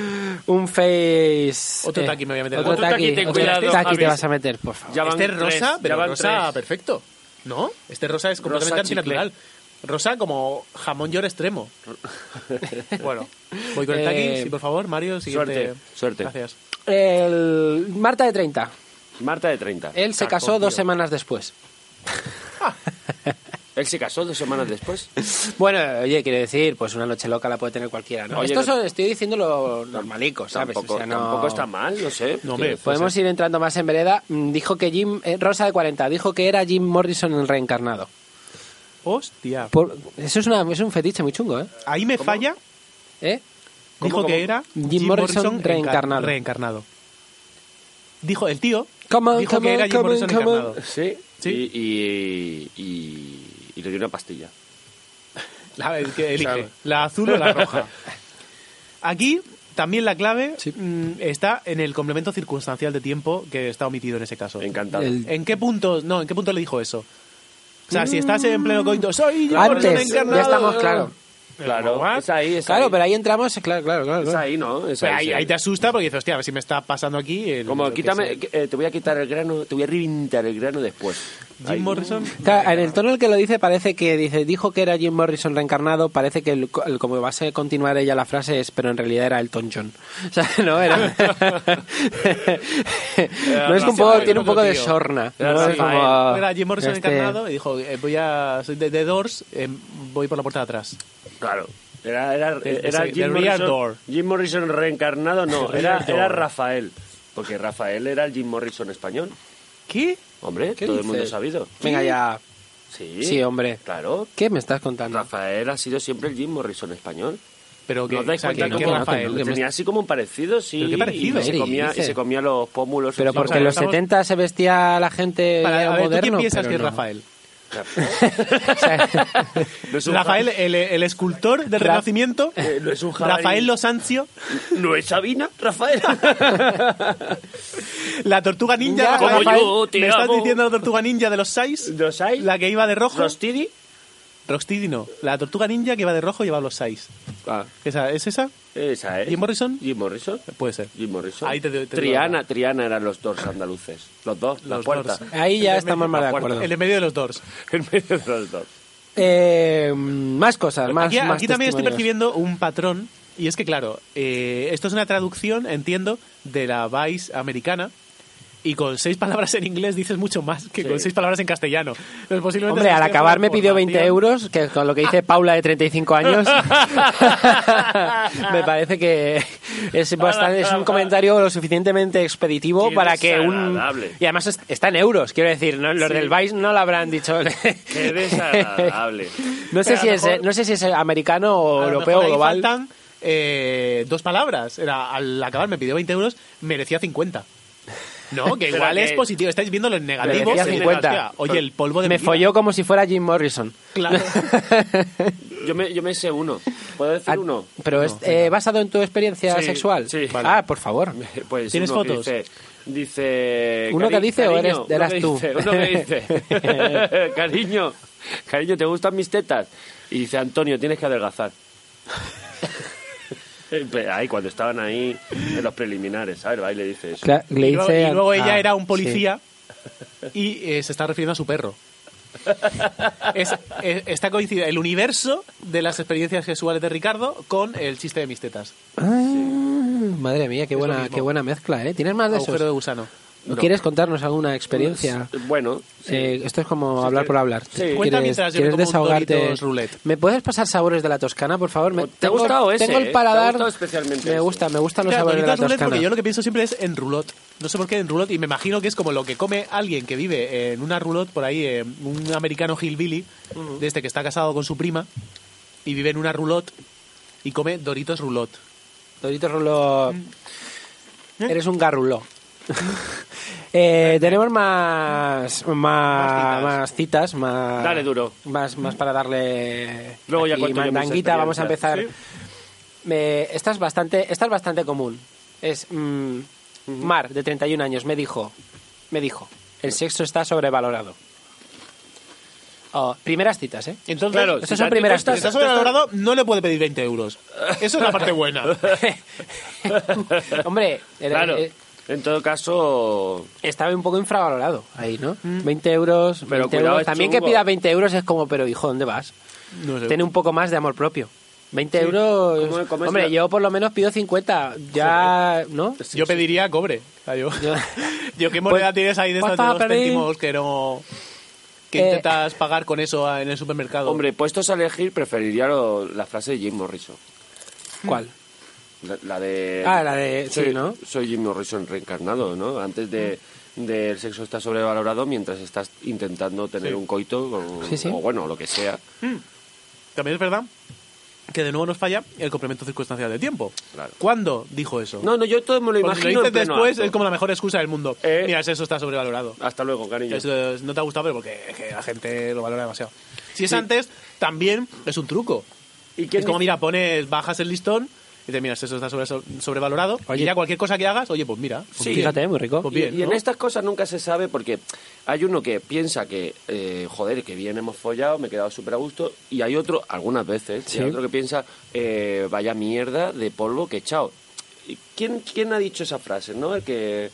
Speaker 4: un face eh,
Speaker 2: Otro taqui me voy a meter.
Speaker 4: Otro,
Speaker 5: Otro taqui,
Speaker 4: taqui,
Speaker 5: ten
Speaker 4: otro
Speaker 5: cuidado,
Speaker 4: taqui te
Speaker 5: Javi.
Speaker 4: vas a meter, por favor.
Speaker 5: Ya van
Speaker 2: Este es
Speaker 5: tres,
Speaker 2: rosa, pero
Speaker 5: ya van
Speaker 2: rosa
Speaker 5: tres.
Speaker 2: perfecto. ¿No? Este rosa es completamente
Speaker 5: Rosa chicle.
Speaker 2: antinatural. Rosa como jamón york extremo. bueno, voy con el taqui.
Speaker 4: Eh,
Speaker 2: sí, por favor, Mario, siguiente.
Speaker 5: suerte, suerte.
Speaker 2: Gracias.
Speaker 4: El- Marta de 30.
Speaker 5: Marta de 30.
Speaker 4: Él se
Speaker 2: Caco,
Speaker 4: casó dos
Speaker 2: tío.
Speaker 4: semanas después.
Speaker 5: Él se casó dos semanas después.
Speaker 4: Bueno, oye, quiero decir, pues una noche loca la puede tener cualquiera, ¿no?
Speaker 5: Oye,
Speaker 4: Esto
Speaker 5: no-
Speaker 4: son- estoy diciendo lo normalico, ¿sabes?
Speaker 5: Tampoco,
Speaker 4: O sea, no-
Speaker 5: tampoco está mal, no sé.
Speaker 2: No, hombre, pues,
Speaker 5: eh.
Speaker 4: Podemos ir entrando más en vereda. Mm, Dijo que Jim, eh, Rosa de 40, dijo que era Jim Morrison el reencarnado.
Speaker 2: Hostia.
Speaker 4: Por- eso es, una, es un fetiche muy chungo, ¿eh?
Speaker 2: Ahí me falla.
Speaker 4: ¿Eh?
Speaker 2: Dijo
Speaker 5: ¿Cómo, cómo?
Speaker 2: que era
Speaker 4: Jim Morrison
Speaker 2: reenca-
Speaker 4: reencarnado.
Speaker 2: reencarnado. Dijo el tío.
Speaker 4: Come on,
Speaker 2: dijo que
Speaker 4: come on,
Speaker 2: era Jim
Speaker 4: come
Speaker 2: Morrison
Speaker 4: on, come on.
Speaker 2: reencarnado.
Speaker 5: Sí.
Speaker 2: Sí.
Speaker 5: Y, y, y- y le dio una pastilla.
Speaker 2: La, el que elige, la azul o la roja. Aquí también la clave mm, está en el complemento circunstancial de tiempo que está omitido en ese caso.
Speaker 5: Encantado.
Speaker 4: El- Mm.
Speaker 2: ¿En qué punto? No, ¿en qué punto le dijo eso? O sea, si estás en pleno coito, soy Jim Morrison
Speaker 4: Antes,
Speaker 2: reencarnado.
Speaker 4: ya estamos, claro.
Speaker 5: Claro,
Speaker 2: ¿What?
Speaker 5: es ahí, es
Speaker 4: Claro,
Speaker 5: ahí.
Speaker 4: pero ahí entramos, eh, claro, claro, claro.
Speaker 5: Es
Speaker 4: claro.
Speaker 5: ahí, ¿no? Es sí.
Speaker 2: Pero Pues ahí, ahí te asusta porque dices, hostia, a ver si me está pasando aquí. el-
Speaker 5: Como,
Speaker 2: lo que
Speaker 5: quítame,
Speaker 2: sea.
Speaker 5: eh, te voy a quitar el grano, te voy a reventar el grano después. Ahí.
Speaker 2: Jim Morrison.
Speaker 4: Claro, en el tono en el que lo dice parece que dice dijo que era Jim Morrison reencarnado parece que el- el- como va a continuar ella la frase es pero en realidad era Elton John o sea no era
Speaker 2: Eh,
Speaker 4: no es que un poco
Speaker 5: Rafael,
Speaker 4: tiene un poco de
Speaker 2: tío.
Speaker 4: sorna
Speaker 5: Era
Speaker 4: ¿no? Es
Speaker 5: Rafael.
Speaker 4: como,
Speaker 2: Era eh, Jim Morrison
Speaker 4: este,
Speaker 2: encarnado y dijo, eh, voy a, soy de The Doors, eh, voy por la puerta de atrás.
Speaker 5: Claro. Era, era,
Speaker 2: The-
Speaker 5: era
Speaker 2: the- the
Speaker 5: Jim,
Speaker 2: Rear
Speaker 5: Morrison,
Speaker 2: Door.
Speaker 5: Jim Morrison reencarnado, no,
Speaker 2: The
Speaker 5: era,
Speaker 2: Rear
Speaker 5: era
Speaker 2: Door.
Speaker 5: Rafael. Porque Rafael era el Jim Morrison español.
Speaker 2: ¿Qué?
Speaker 5: Hombre,
Speaker 4: ¿Qué
Speaker 5: todo el mundo
Speaker 4: dices?
Speaker 5: sabido.
Speaker 4: Venga ya.
Speaker 5: Sí,
Speaker 4: Sí, hombre.
Speaker 5: Claro.
Speaker 4: ¿Qué me estás contando?
Speaker 5: Rafael ha sido siempre el Jim Morrison español.
Speaker 2: Pero que,
Speaker 5: ¿No os dais
Speaker 2: o sea,
Speaker 5: cuenta
Speaker 2: que-
Speaker 5: cómo
Speaker 2: que
Speaker 5: no?
Speaker 2: Rafael.
Speaker 4: Que me-
Speaker 5: Tenía así como un parecido, sí.
Speaker 2: ¿Pero qué parecido?
Speaker 5: Y se,
Speaker 4: ¿Qué
Speaker 5: comía, y
Speaker 4: dices?
Speaker 5: se comía los pómulos.
Speaker 4: Pero
Speaker 5: sí,
Speaker 4: porque
Speaker 5: o
Speaker 4: en
Speaker 5: sea,
Speaker 4: los
Speaker 2: estamos-
Speaker 4: 70 se vestía la gente
Speaker 2: Para-
Speaker 4: ya
Speaker 2: a ver, ¿tú
Speaker 4: moderno.
Speaker 2: quién piensas
Speaker 4: pero
Speaker 2: que es
Speaker 4: no.
Speaker 2: Rafael?
Speaker 4: O sea,
Speaker 5: no es un
Speaker 2: Rafael,
Speaker 5: Ja-
Speaker 2: el, el escultor del
Speaker 4: Ra-
Speaker 2: Renacimiento.
Speaker 5: Eh, no es un jabalí.
Speaker 2: Rafael Losancio.
Speaker 5: No es Sabina, Rafael.
Speaker 2: La tortuga ninja.
Speaker 4: Ya,
Speaker 2: Rafael.
Speaker 5: como yo, te
Speaker 2: ¿Me estás
Speaker 5: amo.
Speaker 2: diciendo la tortuga ninja de los Sais?
Speaker 5: ¿Los hay?
Speaker 2: La que iba de rojo.
Speaker 5: ¿Rostidi?
Speaker 2: Rocksteady no. La tortuga ninja que iba de rojo lleva los Sais.
Speaker 5: Ah,
Speaker 2: ¿Esa, ¿Es esa?
Speaker 5: esa es.
Speaker 2: ¿Jim Morrison?
Speaker 5: Jim Morrison.
Speaker 2: Puede ser.
Speaker 5: Jim Morrison.
Speaker 2: Ahí te doy- te doy
Speaker 5: Triana, Triana eran los dos andaluces. Los dos, la
Speaker 2: Los
Speaker 5: puerta.
Speaker 2: dos.
Speaker 4: ahí ya estamos más de
Speaker 5: La puerta.
Speaker 4: acuerdo.
Speaker 2: El en medio de los Doors.
Speaker 5: En medio de los dos.
Speaker 4: Eh, más cosas, más.
Speaker 2: aquí
Speaker 4: más
Speaker 2: aquí también estoy
Speaker 4: testimonios.
Speaker 2: percibiendo un patrón. Y es que, claro, eh, esto es una traducción, entiendo, de la Vice americana. Y con seis palabras en inglés dices mucho más que con seis palabras en castellano. Entonces, posiblemente se
Speaker 4: Hombre, al
Speaker 2: esté
Speaker 4: acabar me
Speaker 2: por
Speaker 4: pidió 20
Speaker 2: formación.
Speaker 4: euros, que con lo que dice Paula de 35 años, me parece que es, bastante, es un comentario lo suficientemente expeditivo
Speaker 5: Qué
Speaker 4: para que un...
Speaker 5: desagradable.
Speaker 4: Y además es- está en euros, quiero decir, ¿no? los del Vice no lo habrán dicho.
Speaker 5: Qué desagradable.
Speaker 4: no, sé
Speaker 2: Pero a
Speaker 4: si
Speaker 2: lo
Speaker 4: es, eh,
Speaker 2: mejor-
Speaker 4: no sé si es americano o
Speaker 2: A lo
Speaker 4: europeo o
Speaker 2: mejor ahí
Speaker 4: global.
Speaker 2: faltan, eh, dos palabras. Era, al acabar me pidió 20 euros, merecía 50. No, que
Speaker 5: Pero
Speaker 2: igual es
Speaker 5: que-
Speaker 2: positivo. Estáis viéndolo en negativo.
Speaker 4: Merecía
Speaker 2: se le-
Speaker 4: 50.
Speaker 2: hostia, Oye, el polvo de
Speaker 4: Me
Speaker 2: mi vida.
Speaker 4: folló como si fuera Jim Morrison.
Speaker 2: Claro.
Speaker 5: Yo me, yo me sé uno. ¿Puedo decir
Speaker 4: Ah,
Speaker 5: uno?
Speaker 4: Pero es eh, basado en tu experiencia
Speaker 5: Sí,
Speaker 4: sexual.
Speaker 5: sí.
Speaker 4: Ah, por favor.
Speaker 5: Pues
Speaker 2: ¿Tienes
Speaker 5: uno que
Speaker 2: fotos?
Speaker 5: dice, dice,
Speaker 4: ¿Uno que
Speaker 5: "Cari-
Speaker 4: dice o
Speaker 5: cariño",
Speaker 4: eres-
Speaker 5: uno que
Speaker 4: eras tú?
Speaker 5: dice- uno que dice, cariño, cariño, ¿te gustan mis tetas? Y dice, Antonio, tienes que adelgazar. Ahí, cuando estaban ahí en los preliminares, ¿sabes? Ahí le dice eso.
Speaker 4: Cla- le
Speaker 2: Y luego,
Speaker 4: hice
Speaker 2: y
Speaker 4: a-
Speaker 2: luego ella
Speaker 4: ah,
Speaker 2: era un
Speaker 4: sí.
Speaker 2: policía y eh, se está refiriendo a su perro. Es- eh, está coincidido el universo de las experiencias sexuales de Ricardo con el chiste de mis tetas.
Speaker 4: Ah, Madre mía, qué
Speaker 2: lo
Speaker 4: buena,
Speaker 2: mismo.
Speaker 4: qué buena mezcla, ¿eh? ¿Tienes más de
Speaker 2: Agujero de
Speaker 4: eso?
Speaker 2: gusano.
Speaker 4: ¿Quieres contarnos alguna experiencia?
Speaker 5: Bueno, sí.
Speaker 4: Eh, esto es como hablar por hablar. ¿Quieres,
Speaker 2: Cuenta mientras yo me
Speaker 4: quieres
Speaker 2: como un
Speaker 4: desahogarte?
Speaker 2: Doritos roulette. Oh,
Speaker 4: ¿Me puedes pasar sabores de la Toscana, por favor? Me-
Speaker 5: ¿Te ha gustado ese,
Speaker 4: Tengo
Speaker 5: eh?
Speaker 4: el
Speaker 5: ¿Te ha
Speaker 4: paladar.
Speaker 5: gustado especialmente
Speaker 4: me
Speaker 5: ese?
Speaker 4: gusta, me gustan los
Speaker 2: Claro,
Speaker 4: sabores de la
Speaker 2: Doritos roulette,
Speaker 4: Toscana.
Speaker 2: porque yo lo que pienso siempre es en roulotte. No sé por qué en roulotte, y me imagino que es como lo que come alguien que vive en una roulotte por ahí, eh, un americano hillbilly, de este que está casado con su prima, y vive en una roulotte y come Doritos roulotte.
Speaker 4: Doritos Rulo. Eres un garrulo. Eh, tenemos más más, más citas, más
Speaker 5: Dale duro.
Speaker 4: más, más para darle
Speaker 5: Luego ya este
Speaker 4: aquí
Speaker 5: cuento yo mis
Speaker 4: mandanguita. Vamos a
Speaker 5: experiencias.
Speaker 4: empezar. Me- esta es bastante esta es bastante común. Es mm, Mar de 31 años me dijo me dijo el sexo está sobrevalorado. Oh, primeras citas, ¿eh?
Speaker 2: Entonces,
Speaker 5: Claro, Pues
Speaker 4: Estas
Speaker 5: si
Speaker 4: son
Speaker 5: la
Speaker 4: primeras
Speaker 5: tipa
Speaker 2: si
Speaker 4: citas.
Speaker 2: está sobrevalorado, no le puede pedir 20 euros. Eso es la parte buena.
Speaker 4: Hombre, era-
Speaker 5: Claro,
Speaker 4: eh,
Speaker 5: en todo caso,
Speaker 4: estaba un poco infravalorado ahí, ¿no? 20 euros,
Speaker 5: Mm. Pero
Speaker 4: 20
Speaker 5: cuidado,
Speaker 4: euros.
Speaker 5: es
Speaker 4: También
Speaker 5: chungo.
Speaker 4: que pida 20 euros es como, pero hijo, ¿dónde vas?
Speaker 2: No sé.
Speaker 4: Tiene un poco más de amor propio. 20 euros.
Speaker 5: ¿Cómo- cómo es
Speaker 4: Hombre,
Speaker 5: la-
Speaker 4: yo por lo menos pido 50. Ya, ¿no?
Speaker 2: yo pediría cobre. O sea, yo,
Speaker 4: Yo-
Speaker 2: yo, ¿qué moneda
Speaker 4: Pues-
Speaker 2: tienes ahí de
Speaker 4: pues
Speaker 2: estas de
Speaker 4: para
Speaker 2: dos
Speaker 4: pedir-
Speaker 2: céntimos que no... que
Speaker 4: Eh.
Speaker 2: intentas pagar con eso en el supermercado?
Speaker 5: hombre, puestos a elegir, preferiría lo- la frase de Jim Morrison.
Speaker 4: ¿Cuál?
Speaker 5: La, la de...
Speaker 4: Ah, la de. Sí,
Speaker 5: soy,
Speaker 4: ¿no?
Speaker 5: soy Jim Morrison reencarnado, ¿no? Antes de, de el sexo está sobrevalorado mientras estás intentando tener un coito o,
Speaker 4: Sí, sí.
Speaker 5: o bueno, lo que sea.
Speaker 2: También es verdad que de nuevo nos falla el complemento circunstancial de tiempo.
Speaker 5: Claro.
Speaker 2: ¿Cuándo dijo eso?
Speaker 5: No, no, yo todo me lo
Speaker 2: Porque si
Speaker 5: imagino
Speaker 2: lo
Speaker 5: en
Speaker 2: dices
Speaker 5: pleno
Speaker 2: después
Speaker 5: acto.
Speaker 2: es como la mejor excusa del mundo.
Speaker 5: Eh. Ah,
Speaker 2: Mira, eso está sobrevalorado.
Speaker 5: Hasta luego, cariño.
Speaker 2: Eso es- no te ha gustado, pero porque es que la gente lo valora demasiado. Si es antes, también es un truco.
Speaker 5: ¿Y
Speaker 2: Es
Speaker 5: quién
Speaker 2: como,
Speaker 5: dice-
Speaker 2: mira, pones, bajas el listón y te miras, eso está sobre- sobrevalorado.
Speaker 4: Oye.
Speaker 2: Y ya cualquier cosa que hagas, oye, pues mira.
Speaker 5: Sí.
Speaker 4: Fíjate, muy rico.
Speaker 2: Pues
Speaker 5: Y-
Speaker 2: bien,
Speaker 5: y, en
Speaker 2: ¿no?
Speaker 5: estas cosas nunca se sabe porque hay uno que piensa que, eh, joder, que bien hemos follado, me he quedado súper a gusto, y hay otro, algunas veces, y hay otro que piensa, eh, vaya mierda de polvo que he echado. ¿Y ¿Quién, ¿Quién ha dicho esa frase, no? El que,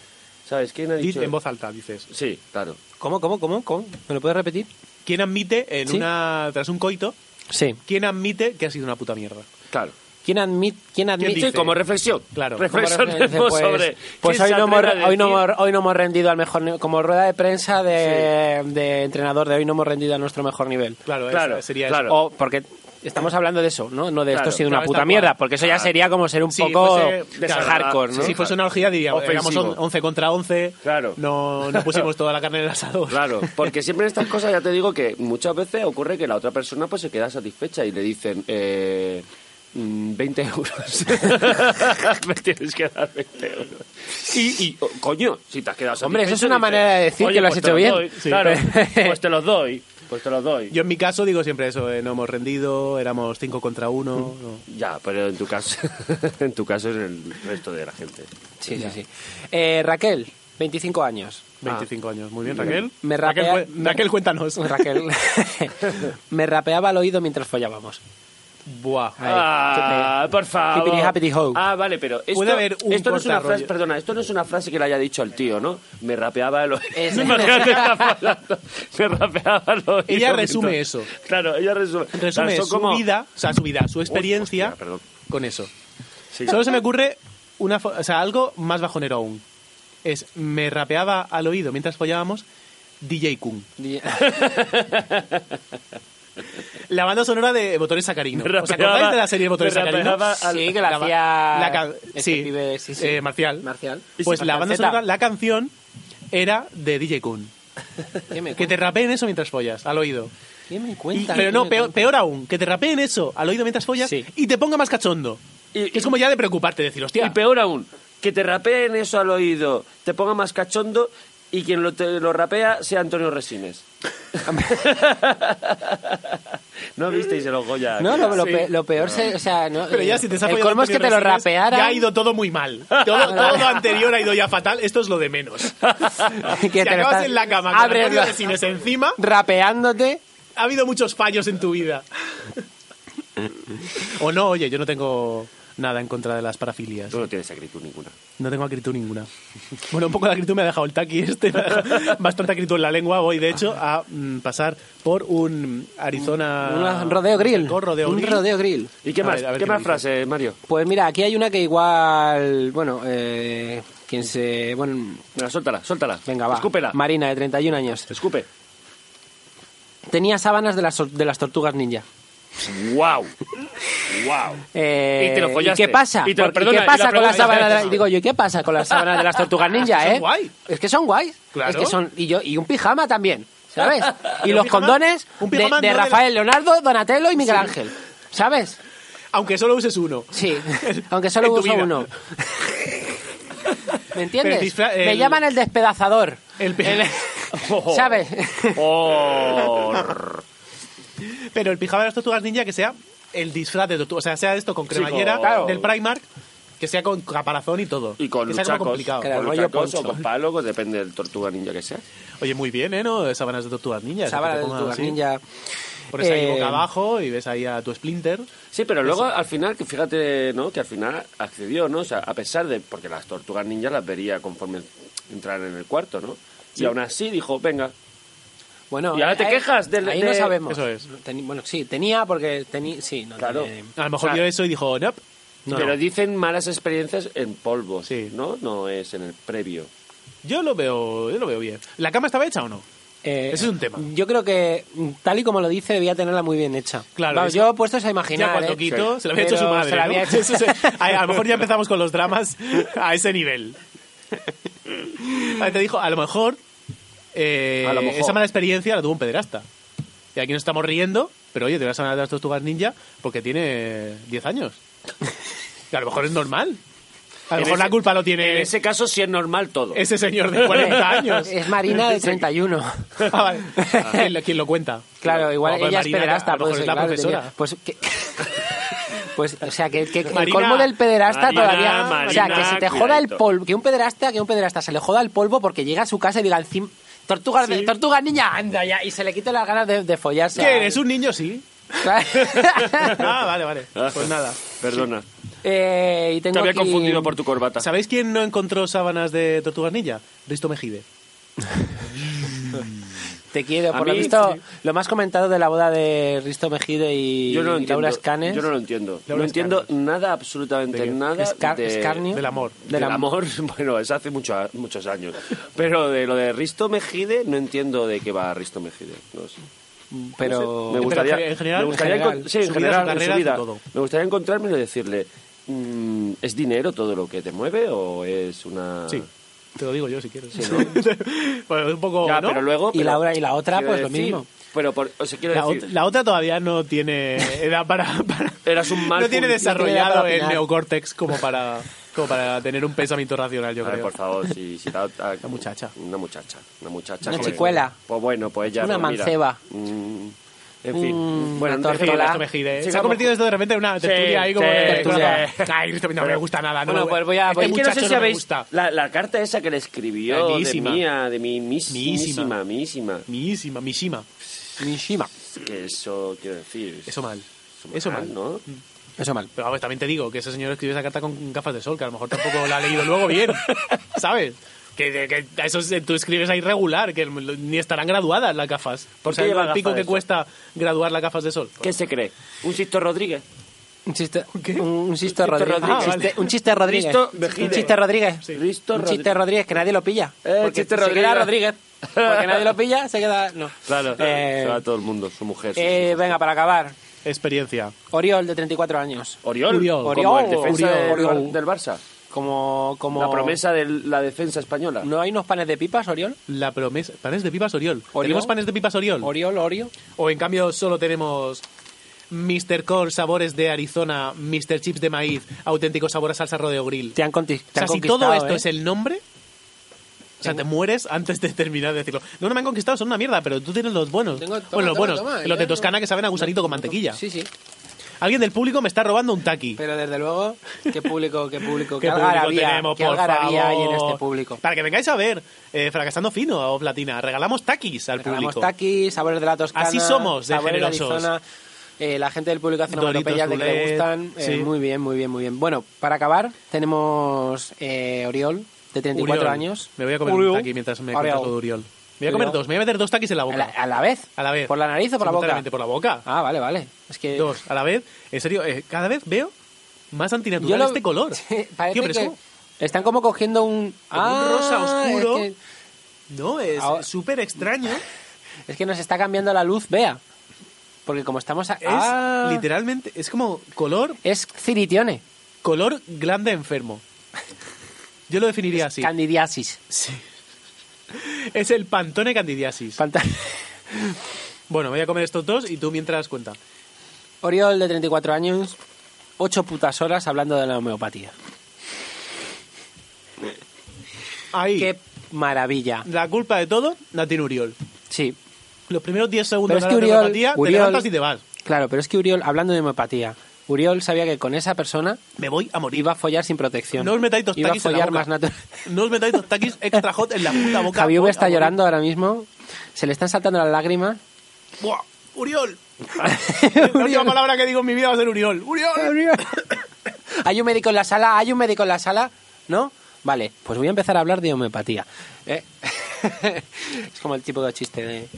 Speaker 5: ¿sabes? ¿Quién ha
Speaker 2: Di-
Speaker 5: dicho?
Speaker 2: en voz alta dices.
Speaker 5: Sí, claro.
Speaker 4: ¿Cómo, cómo, cómo? cómo? ¿Me lo puedes repetir?
Speaker 2: ¿Quién admite en
Speaker 4: Sí.
Speaker 2: una tras un coito?
Speaker 4: Sí.
Speaker 2: ¿Quién admite que ha sido una puta mierda?
Speaker 5: Claro.
Speaker 4: ¿Quién, admit, quién admite?
Speaker 5: Sí, como reflexión.
Speaker 2: Claro.
Speaker 5: Reflexionemos
Speaker 4: Como referencia, pues,
Speaker 5: sobre.
Speaker 4: Pues
Speaker 5: quién
Speaker 4: hoy
Speaker 5: se
Speaker 4: no, hemos,
Speaker 5: atreve a
Speaker 4: hoy, no
Speaker 5: decir-
Speaker 4: hemos, hoy no hemos rendido al mejor ni- como rueda de prensa de, de entrenador de hoy no hemos rendido a nuestro mejor nivel.
Speaker 2: Claro,
Speaker 5: Claro,
Speaker 2: esa sería
Speaker 5: claro.
Speaker 4: O porque Estamos hablando de eso, ¿no? No de
Speaker 5: Claro,
Speaker 4: esto ha sido una
Speaker 2: claro,
Speaker 4: puta
Speaker 2: está
Speaker 4: mierda,
Speaker 2: claro.
Speaker 4: porque eso ya sería como ser un
Speaker 2: Sí,
Speaker 4: poco
Speaker 2: fuese- claro,
Speaker 4: hardcore,
Speaker 5: sí,
Speaker 4: ¿no?
Speaker 2: Si fuese una orgía diría,
Speaker 5: Ofensivo.
Speaker 2: éramos on- 11 contra 11,
Speaker 5: Claro.
Speaker 2: no, no pusimos toda la carne en el asador.
Speaker 5: Claro, porque siempre en estas cosas ya te digo que muchas veces ocurre que la otra persona pues se queda satisfecha y le dicen eh, mm, 20 euros. Me tienes que dar 20 euros. Y, y, oh, coño, si te has quedado satisfecho...
Speaker 4: Hombre, eso es una
Speaker 5: dices,
Speaker 4: manera de decir
Speaker 5: "Oye,
Speaker 4: que lo has
Speaker 5: pues te
Speaker 4: hecho bien".
Speaker 5: doy,
Speaker 4: Sí.
Speaker 5: Claro, pues te los doy, pues te los doy.
Speaker 2: Yo en mi caso digo siempre eso, eh, no hemos rendido, éramos 5 contra 1.
Speaker 5: Mm. Ya, pero en tu caso, en tu caso es el resto de la gente.
Speaker 4: Sí, sí, sí. Eh, Raquel, 25 años.
Speaker 5: Ah.
Speaker 2: 25 años, muy bien, Raquel.
Speaker 4: Me
Speaker 2: Raquel,
Speaker 4: rapea-
Speaker 2: cue-
Speaker 4: me-
Speaker 2: Raquel, cuéntanos.
Speaker 4: Raquel. me rapeaba al oído mientras follábamos.
Speaker 2: Buah.
Speaker 4: Ahí.
Speaker 5: Ah, por favor.
Speaker 4: Hippity happity ho.
Speaker 5: Ah, vale, pero esto,
Speaker 2: Puede haber un
Speaker 5: esto no es una
Speaker 2: cortarrollo.
Speaker 5: frase, perdona, esto no es una frase que le haya dicho al tío, ¿no? Me rapeaba el oído.
Speaker 4: Es-
Speaker 5: Imagínate esta frase, Me rapeaba el oído.
Speaker 2: Ella resume eso.
Speaker 5: Claro, ella resume.
Speaker 2: Resume
Speaker 5: Claro, son
Speaker 2: su
Speaker 5: como-
Speaker 2: vida, o sea, su vida, su experiencia
Speaker 5: hostia, perdón.
Speaker 2: con eso.
Speaker 5: Sí.
Speaker 2: Solo se me ocurre una, fo- o sea, algo más bajonero aún. Es, me rapeaba al oído mientras follábamos DJ Kun. La banda sonora de Botones Sacarino.
Speaker 5: Me
Speaker 2: ¿Os acordáis
Speaker 5: rapeaba-
Speaker 2: de la serie de Botones
Speaker 5: me
Speaker 2: Sacarino?
Speaker 5: rapeaba al-
Speaker 4: Sí, que la
Speaker 2: la
Speaker 4: hacía
Speaker 2: la ca-
Speaker 4: este
Speaker 2: sí,
Speaker 4: pibe, sí, sí.
Speaker 2: eh, Marcial.
Speaker 4: Marcial.
Speaker 2: Pues la banda
Speaker 4: Marcial
Speaker 2: sonora, la canción, era de DJ Kun.
Speaker 4: ¿Qué me
Speaker 2: Que te rapeen eso mientras follas, al oído.
Speaker 4: ¿Qué me
Speaker 2: Y-
Speaker 4: cuentas?
Speaker 2: pero
Speaker 4: ¿Qué
Speaker 2: no,
Speaker 4: me
Speaker 2: peor,
Speaker 4: cuentas?
Speaker 2: peor aún, que te rapeen eso al oído mientras follas
Speaker 4: Sí.
Speaker 2: y te ponga más cachondo. Que es como ya de preocuparte, decir, hostia.
Speaker 5: Y peor aún, que te rapeen eso al oído, te ponga más cachondo y quien lo, te, lo rapea sea Antonio Resines. ¿No visteis el Goya?
Speaker 4: No, lo, lo
Speaker 2: Sí.
Speaker 4: pe- lo peor, se- o sea, no,
Speaker 2: Pero ya
Speaker 4: eh,
Speaker 2: si te está
Speaker 4: el
Speaker 2: follando
Speaker 4: colmo es que
Speaker 2: Antonio
Speaker 4: te lo
Speaker 2: Resines,
Speaker 4: rapearan.
Speaker 2: Ya ha ido todo muy mal. Todo, todo lo anterior ha ido ya fatal. Esto es lo de menos. si
Speaker 4: Que te lo
Speaker 2: acabas
Speaker 4: estás-
Speaker 2: en la cama con
Speaker 4: abres
Speaker 2: Antonio
Speaker 4: la-
Speaker 2: Resines encima,
Speaker 4: rapeándote.
Speaker 2: ha habido muchos fallos en tu vida. o no, oye, yo no tengo nada en contra de las parafilias.
Speaker 5: Tú no tienes acritud ninguna.
Speaker 2: No tengo acritud ninguna. Bueno, un poco de acritud me ha dejado el taqui este. me ha dejado Bastante acritud en la lengua. Voy, de hecho, a mm, pasar por un Arizona...
Speaker 4: Un rodeo grill.
Speaker 2: Ah. Un rodeo
Speaker 4: un
Speaker 2: grill.
Speaker 4: rodeo grill.
Speaker 5: ¿Y qué
Speaker 2: A
Speaker 5: más?
Speaker 2: ver, a ver
Speaker 5: ¿Qué
Speaker 2: qué
Speaker 5: más
Speaker 2: me dices.
Speaker 5: frases, Mario?
Speaker 4: Pues mira, aquí hay una que igual, bueno, eh, quien se, bueno,
Speaker 5: Venga, suéltala, suéltala.
Speaker 4: venga va.
Speaker 5: Escúpela.
Speaker 4: Marina de 31 años.
Speaker 5: Escupe.
Speaker 4: Tenía sábanas de las de las tortugas ninja.
Speaker 5: ¡Wow! ¡Wow!
Speaker 4: Eh,
Speaker 5: Y te lo follaste.
Speaker 4: ¿Qué pasa?
Speaker 5: Y te lo-
Speaker 4: Porque-
Speaker 5: perdona,
Speaker 4: ¿Qué
Speaker 5: y la
Speaker 4: pasa con las
Speaker 5: pregunta-
Speaker 4: sábanas? de la- digo yo, ¿qué pasa con las sábanas de las tortugas ninja,
Speaker 2: Son
Speaker 4: eh?
Speaker 2: guay.
Speaker 4: Es que son guays.
Speaker 2: Claro.
Speaker 4: Es que son y yo y un pijama también, ¿sabes? Y
Speaker 2: Un
Speaker 4: los
Speaker 2: pijama-
Speaker 4: condones
Speaker 2: un
Speaker 4: de,
Speaker 2: pijama
Speaker 4: de
Speaker 2: no de la-
Speaker 4: Rafael Leonardo, Donatello y Miguel Ángel, ¿sabes?
Speaker 2: Aunque solo uses uno.
Speaker 4: Sí. Aunque solo
Speaker 2: En tu
Speaker 4: uso
Speaker 2: vida.
Speaker 4: uno. ¿Me entiendes?
Speaker 2: Pero disfra-
Speaker 4: Me
Speaker 2: el-
Speaker 4: llaman el despedazador.
Speaker 2: El pi-
Speaker 4: ¿Sabes?
Speaker 5: ¡Oh!
Speaker 2: Pero el pijama de las tortugas ninja que sea el disfraz de tortuga. O sea, sea esto con cremallera
Speaker 5: claro.
Speaker 2: del Primark, que sea con caparazón y todo.
Speaker 5: Y con
Speaker 2: que sea
Speaker 5: luchacos,
Speaker 2: como complicado.
Speaker 4: Claro.
Speaker 5: con
Speaker 4: rollo
Speaker 5: luchacos
Speaker 4: poncho.
Speaker 5: o con palo, pues depende del tortuga ninja que sea.
Speaker 2: Oye, muy bien, ¿eh? ¿No? Sábanas de tortugas ninja.
Speaker 4: Sábana
Speaker 2: que
Speaker 4: de
Speaker 2: te pongan
Speaker 4: tortugas
Speaker 2: así.
Speaker 4: ninja.
Speaker 2: Pones ahí
Speaker 4: Eh,
Speaker 2: boca abajo y ves ahí a tu Splinter.
Speaker 5: Sí, pero luego al final, que fíjate, ¿no? Que al final accedió, ¿no? O sea, a pesar de. Porque las tortugas ninjas las vería conforme entraran en el cuarto, ¿no? Y aún así dijo, venga.
Speaker 4: Bueno,
Speaker 5: Y ahora te
Speaker 4: ahí-
Speaker 5: quejas del-
Speaker 4: ahí
Speaker 5: de-
Speaker 4: no sabemos.
Speaker 2: Eso es.
Speaker 4: Teni- bueno, sí, tenía porque tenía sí, no
Speaker 5: Claro.
Speaker 4: tiene-
Speaker 2: A lo mejor
Speaker 5: O sea,
Speaker 2: vio eso y dijo, nope. No,
Speaker 5: pero
Speaker 2: no.
Speaker 5: dicen malas experiencias en polvos,
Speaker 2: Sí. Eh.
Speaker 5: ¿no? No es en el previo.
Speaker 2: Yo lo veo, yo lo veo bien. ¿La cama estaba hecha o no?
Speaker 4: eh,
Speaker 2: Ese es un tema.
Speaker 4: Yo creo que mm, tal y como lo dice debía tenerla muy bien hecha.
Speaker 2: Claro,
Speaker 4: Vamos,
Speaker 2: eso-
Speaker 4: yo he puesto esa imaginar.
Speaker 2: Ya cuando
Speaker 4: ¿eh?
Speaker 2: quito, se la había hecho
Speaker 4: Pero
Speaker 2: su madre.
Speaker 4: se la
Speaker 2: ¿no?
Speaker 4: había hecho-
Speaker 2: Eso se- a, a lo mejor ya empezamos con los dramas a ese nivel. Ahí te dijo, a lo mejor, eh,
Speaker 5: A lo mejor.
Speaker 2: esa mala experiencia la tuvo un pederasta. Y aquí nos estamos riendo, pero oye, te vas a hablar de las tortugas ninja porque tiene 10 años. Y a lo mejor es normal. A lo
Speaker 5: En
Speaker 2: mejor la
Speaker 5: ese-
Speaker 2: culpa lo
Speaker 5: En
Speaker 2: tiene ese,
Speaker 5: ese caso sí es normal todo.
Speaker 2: señor de 40 años.
Speaker 4: Es Marina de 31.
Speaker 2: Ah, vale. ¿Quién, lo- quién lo cuenta?
Speaker 4: Claro, igual
Speaker 2: No, pues
Speaker 4: ella
Speaker 2: Marina,
Speaker 4: es
Speaker 2: a
Speaker 4: pederasta,
Speaker 2: lo mejor
Speaker 4: pues,
Speaker 2: es la
Speaker 4: claro,
Speaker 2: profesora.
Speaker 4: tenía- pues que- pues, o sea, que, que el
Speaker 2: Marina,
Speaker 4: colmo del pederasta
Speaker 5: Marina,
Speaker 4: todavía, o sea, que
Speaker 5: Marina,
Speaker 4: se te joda el
Speaker 5: cuidadito.
Speaker 4: polvo, que un pederasta, que un pederasta se le joda el polvo porque llega a su casa y diga al cim, tortuga,
Speaker 2: Sí.
Speaker 4: tortuga niña, anda ya, y se le quita las ganas de, de follarse.
Speaker 2: ¿Qué
Speaker 4: al-
Speaker 2: eres? ¿Un niño? Sí. Ah, vale, vale. Pues nada.
Speaker 5: Perdona.
Speaker 4: Eh, y tengo
Speaker 5: Te había
Speaker 4: aquí-
Speaker 5: confundido por tu corbata.
Speaker 2: ¿Sabéis quién no encontró sábanas de tortugas ninja? Risto Mejide.
Speaker 4: Te quiero,
Speaker 5: A
Speaker 4: por lo
Speaker 5: mí,
Speaker 4: visto,
Speaker 5: sí.
Speaker 4: lo más comentado de la boda de Risto Mejide y,
Speaker 5: Yo no lo
Speaker 4: y
Speaker 5: entiendo.
Speaker 4: Laura Escanes.
Speaker 5: Yo no lo entiendo.
Speaker 2: Laura
Speaker 5: no entiendo
Speaker 2: Escanes.
Speaker 5: nada, absolutamente
Speaker 2: ¿De qué?
Speaker 5: nada.
Speaker 4: Esca-
Speaker 5: de-
Speaker 4: escarnio.
Speaker 2: Del amor.
Speaker 5: Del,
Speaker 4: Del am-
Speaker 5: amor, bueno, es hace mucho, muchos años. Pero de lo de Risto Mejide, no entiendo de qué va Risto Mejide. No sé.
Speaker 4: pero...
Speaker 5: Me gustaría,
Speaker 2: que en general-
Speaker 5: me gustaría
Speaker 4: en general,
Speaker 5: encon- sí, en
Speaker 2: su vida, su
Speaker 5: general, en
Speaker 2: carrera,
Speaker 5: su
Speaker 2: su
Speaker 5: vida.
Speaker 2: todo.
Speaker 5: Me gustaría encontrármelo y decirle, mm, ¿es dinero todo lo que te mueve o es una...?
Speaker 2: Sí. Te lo digo yo si quieres. bueno, es un poco.
Speaker 5: Ya,
Speaker 2: ¿no?
Speaker 5: pero luego...
Speaker 4: Y
Speaker 5: pero-
Speaker 4: la otra- y la otra,
Speaker 5: quiero
Speaker 4: pues, lo mismo.
Speaker 5: Pero, por, o sea, quiero
Speaker 2: La,
Speaker 5: decir...
Speaker 2: ot- la otra todavía no tiene edad para. para-
Speaker 5: Eras un mal
Speaker 2: No tiene
Speaker 5: public-
Speaker 2: desarrollado
Speaker 4: no tiene edad para
Speaker 2: el
Speaker 4: opinar.
Speaker 2: neocórtex como para, como para tener un pensamiento racional, yo
Speaker 5: A ver,
Speaker 2: creo.
Speaker 5: por favor, si, si da, a-
Speaker 2: Una muchacha.
Speaker 5: Una muchacha. Una muchacha.
Speaker 4: Una
Speaker 5: joven.
Speaker 4: chicuela.
Speaker 5: Pues bueno, pues ella.
Speaker 4: Una
Speaker 5: pues mira.
Speaker 4: manceba.
Speaker 5: Mm, en fin.
Speaker 4: Mm,
Speaker 5: bueno,
Speaker 4: una
Speaker 5: en fin,
Speaker 2: Sí,
Speaker 5: la-
Speaker 2: las
Speaker 4: Hola. tortola.
Speaker 2: comejires. Se ha
Speaker 5: sigamos.
Speaker 2: convertido esto de repente en una tertulia ahí como
Speaker 5: sí,
Speaker 2: de-
Speaker 4: tertulia.
Speaker 2: Ay, esto no me gusta nada. No
Speaker 4: Bueno,
Speaker 2: me-
Speaker 4: pues voy a-
Speaker 2: este
Speaker 4: voy-
Speaker 5: Es que no
Speaker 2: muchacho
Speaker 5: sé si
Speaker 2: me
Speaker 5: habéis.
Speaker 2: gusta.
Speaker 5: La, la carta esa que le escribió
Speaker 2: La
Speaker 5: de
Speaker 2: miísima.
Speaker 5: mía, de mi mis,
Speaker 2: Miísima.
Speaker 5: mísima, mísima.
Speaker 2: Mishima, Mishima.
Speaker 4: Mishima.
Speaker 5: Que eso quiero decir.
Speaker 2: Eso mal. Eso mal.
Speaker 5: ¿no?
Speaker 4: Eso mal.
Speaker 2: Pero vamos, también te digo que ese señor escribió esa carta con gafas de sol, que a lo mejor tampoco la ha leído luego bien, ¿sabes? Que, que- que eso es- tú escribes ahí regular, que lo- ni estarán graduadas las gafas.
Speaker 5: ¿Por
Speaker 2: O sea,
Speaker 5: qué lleva
Speaker 2: el pico
Speaker 5: gafas
Speaker 2: que
Speaker 5: de sol?
Speaker 2: cuesta graduar las gafas de sol.
Speaker 5: ¿Qué se cree? ¿Un Sisto Rodríguez?
Speaker 4: Un chiste,
Speaker 2: ¿Qué?
Speaker 4: un, un chiste
Speaker 5: Un chiste
Speaker 4: Rodríguez.
Speaker 5: Rodríguez.
Speaker 4: Un
Speaker 2: Ah, vale.
Speaker 4: chiste- Un chiste Rodríguez.
Speaker 5: Listo,
Speaker 4: un
Speaker 5: Vejide.
Speaker 4: chiste Rodríguez.
Speaker 2: Sí.
Speaker 5: Listo,
Speaker 4: Un chiste Rodríguez que nadie lo pilla.
Speaker 5: Eh,
Speaker 4: porque
Speaker 5: chiste
Speaker 4: se queda
Speaker 5: Rodríguez.
Speaker 4: Rodríguez. Porque nadie lo pilla, se queda. No.
Speaker 5: Claro.
Speaker 4: Eh,
Speaker 5: Se va todo el mundo, su mujer. su-
Speaker 4: eh, venga, para acabar.
Speaker 2: Experiencia.
Speaker 4: Oriol de 34 años.
Speaker 5: Oriol,
Speaker 2: Oriol.
Speaker 5: como el defensa
Speaker 4: Oriol.
Speaker 5: del, Bar-
Speaker 4: Oriol.
Speaker 5: del Barça.
Speaker 4: Como. como
Speaker 5: La promesa de la defensa española.
Speaker 4: ¿No hay unos panes de pipas, Oriol?
Speaker 2: La promesa. Panes de pipas Oriol.
Speaker 4: ¿Oriol?
Speaker 2: ¿Tenemos panes de pipas Oriol?
Speaker 4: Oriol, Orio.
Speaker 2: O en cambio solo tenemos Mr. Corn, sabores de Arizona, Mr. Chips de maíz, auténtico sabor a salsa rodeo grill.
Speaker 4: Te han, conti-
Speaker 2: O
Speaker 4: te
Speaker 2: sea,
Speaker 4: han
Speaker 2: si
Speaker 4: conquistado.
Speaker 2: todo esto
Speaker 4: ¿eh?
Speaker 2: es el nombre, o sea, te mueres antes de terminar de decirlo. No, no me han conquistado, son una mierda, pero tú tienes los buenos.
Speaker 4: Tengo- toma,
Speaker 2: bueno, los
Speaker 4: toma,
Speaker 2: buenos.
Speaker 4: toma,
Speaker 2: los de
Speaker 4: eh,
Speaker 2: Toscana que saben a gusanito con mantequilla.
Speaker 4: Sí, sí.
Speaker 2: Alguien del público me está robando un taqui.
Speaker 4: Pero desde luego, qué público, qué público, qué,
Speaker 2: ¿Qué público
Speaker 4: algarabía,
Speaker 2: tenemos,
Speaker 4: qué
Speaker 2: por
Speaker 4: algarabía hay
Speaker 2: favor?
Speaker 4: en este público.
Speaker 2: Para que vengáis a ver, eh, Fracasando Fino o Platina, regalamos taquis al
Speaker 4: Regalamos
Speaker 2: público.
Speaker 4: taquis, sabores de la toscana.
Speaker 2: Así somos de
Speaker 4: sabores
Speaker 2: generosos.
Speaker 4: Arizona. Eh, la gente del público hace
Speaker 2: Doritos
Speaker 4: onomatopeyas de que le
Speaker 2: Goulet,
Speaker 4: gustan. Eh,
Speaker 2: sí.
Speaker 4: Muy bien, muy bien, muy bien. Bueno, para acabar, tenemos eh, Oriol, de 34
Speaker 2: Uriol.
Speaker 4: años.
Speaker 2: Me voy a comer
Speaker 4: Uriol.
Speaker 2: un taqui mientras me
Speaker 4: Oriol.
Speaker 2: cuentas lo de Uriol. Me voy a comer
Speaker 4: Uriol.
Speaker 2: dos, me voy a meter dos taquis en la boca.
Speaker 4: ¿A la, a la vez?
Speaker 2: A la vez.
Speaker 4: ¿Por la nariz o por la boca?
Speaker 2: Simultáneamente, por la boca.
Speaker 4: Ah, vale, vale. Es que...
Speaker 2: Dos, a la vez. En serio, eh, cada vez veo más antinatural
Speaker 4: lo-
Speaker 2: este color.
Speaker 4: Sí,
Speaker 2: Tío,
Speaker 4: parece
Speaker 2: pero es
Speaker 4: que
Speaker 2: como-
Speaker 4: están como cogiendo un...
Speaker 2: Como un rosa
Speaker 4: Ah, es
Speaker 2: oscuro.
Speaker 4: que-
Speaker 2: No, es
Speaker 4: Ahora-
Speaker 2: es súper extraño.
Speaker 4: Es que nos está cambiando la luz, vea. Porque como estamos... A...
Speaker 2: Es
Speaker 4: Ah,
Speaker 2: literalmente, es como color,
Speaker 4: Es ciritione.
Speaker 2: color glande enfermo. Yo lo definiría así.
Speaker 4: Candidiasis.
Speaker 2: Es el pantone candidiasis.
Speaker 4: Panta-
Speaker 2: bueno, voy a comer estos dos y tú mientras cuenta.
Speaker 4: Oriol, de 34 años, ocho putas horas hablando de la homeopatía.
Speaker 2: Ahí.
Speaker 4: ¡Qué maravilla!
Speaker 2: La culpa de todo la tiene Uriol.
Speaker 4: Sí,
Speaker 2: Los primeros 10 segundos de
Speaker 4: pero es que
Speaker 2: la
Speaker 4: Uriol,
Speaker 2: homeopatía, te
Speaker 4: Uriol-
Speaker 2: levantas y te vas.
Speaker 4: Claro, pero es que Uriol, hablando de homeopatía, Uriol sabía que con esa persona
Speaker 2: Me voy a morir.
Speaker 4: iba a follar sin protección.
Speaker 2: No os metáis dos
Speaker 4: Iba a
Speaker 2: taquis en la
Speaker 4: follar
Speaker 2: boca.
Speaker 4: más natural.
Speaker 2: No os metáis dos taquis extra hot en la puta boca.
Speaker 4: Javi V
Speaker 2: Voy
Speaker 4: está
Speaker 2: a morir.
Speaker 4: llorando ahora mismo. Se le están saltando las lágrimas.
Speaker 2: ¡Buah! ¡Uriol! La última palabra que digo en mi vida va a ser Uriol. ¡Uriol!
Speaker 4: hay un médico en la sala, hay un médico en la sala, ¿no? Vale, pues voy a empezar a hablar de homeopatía. ¿eh? es como el tipo de chiste de,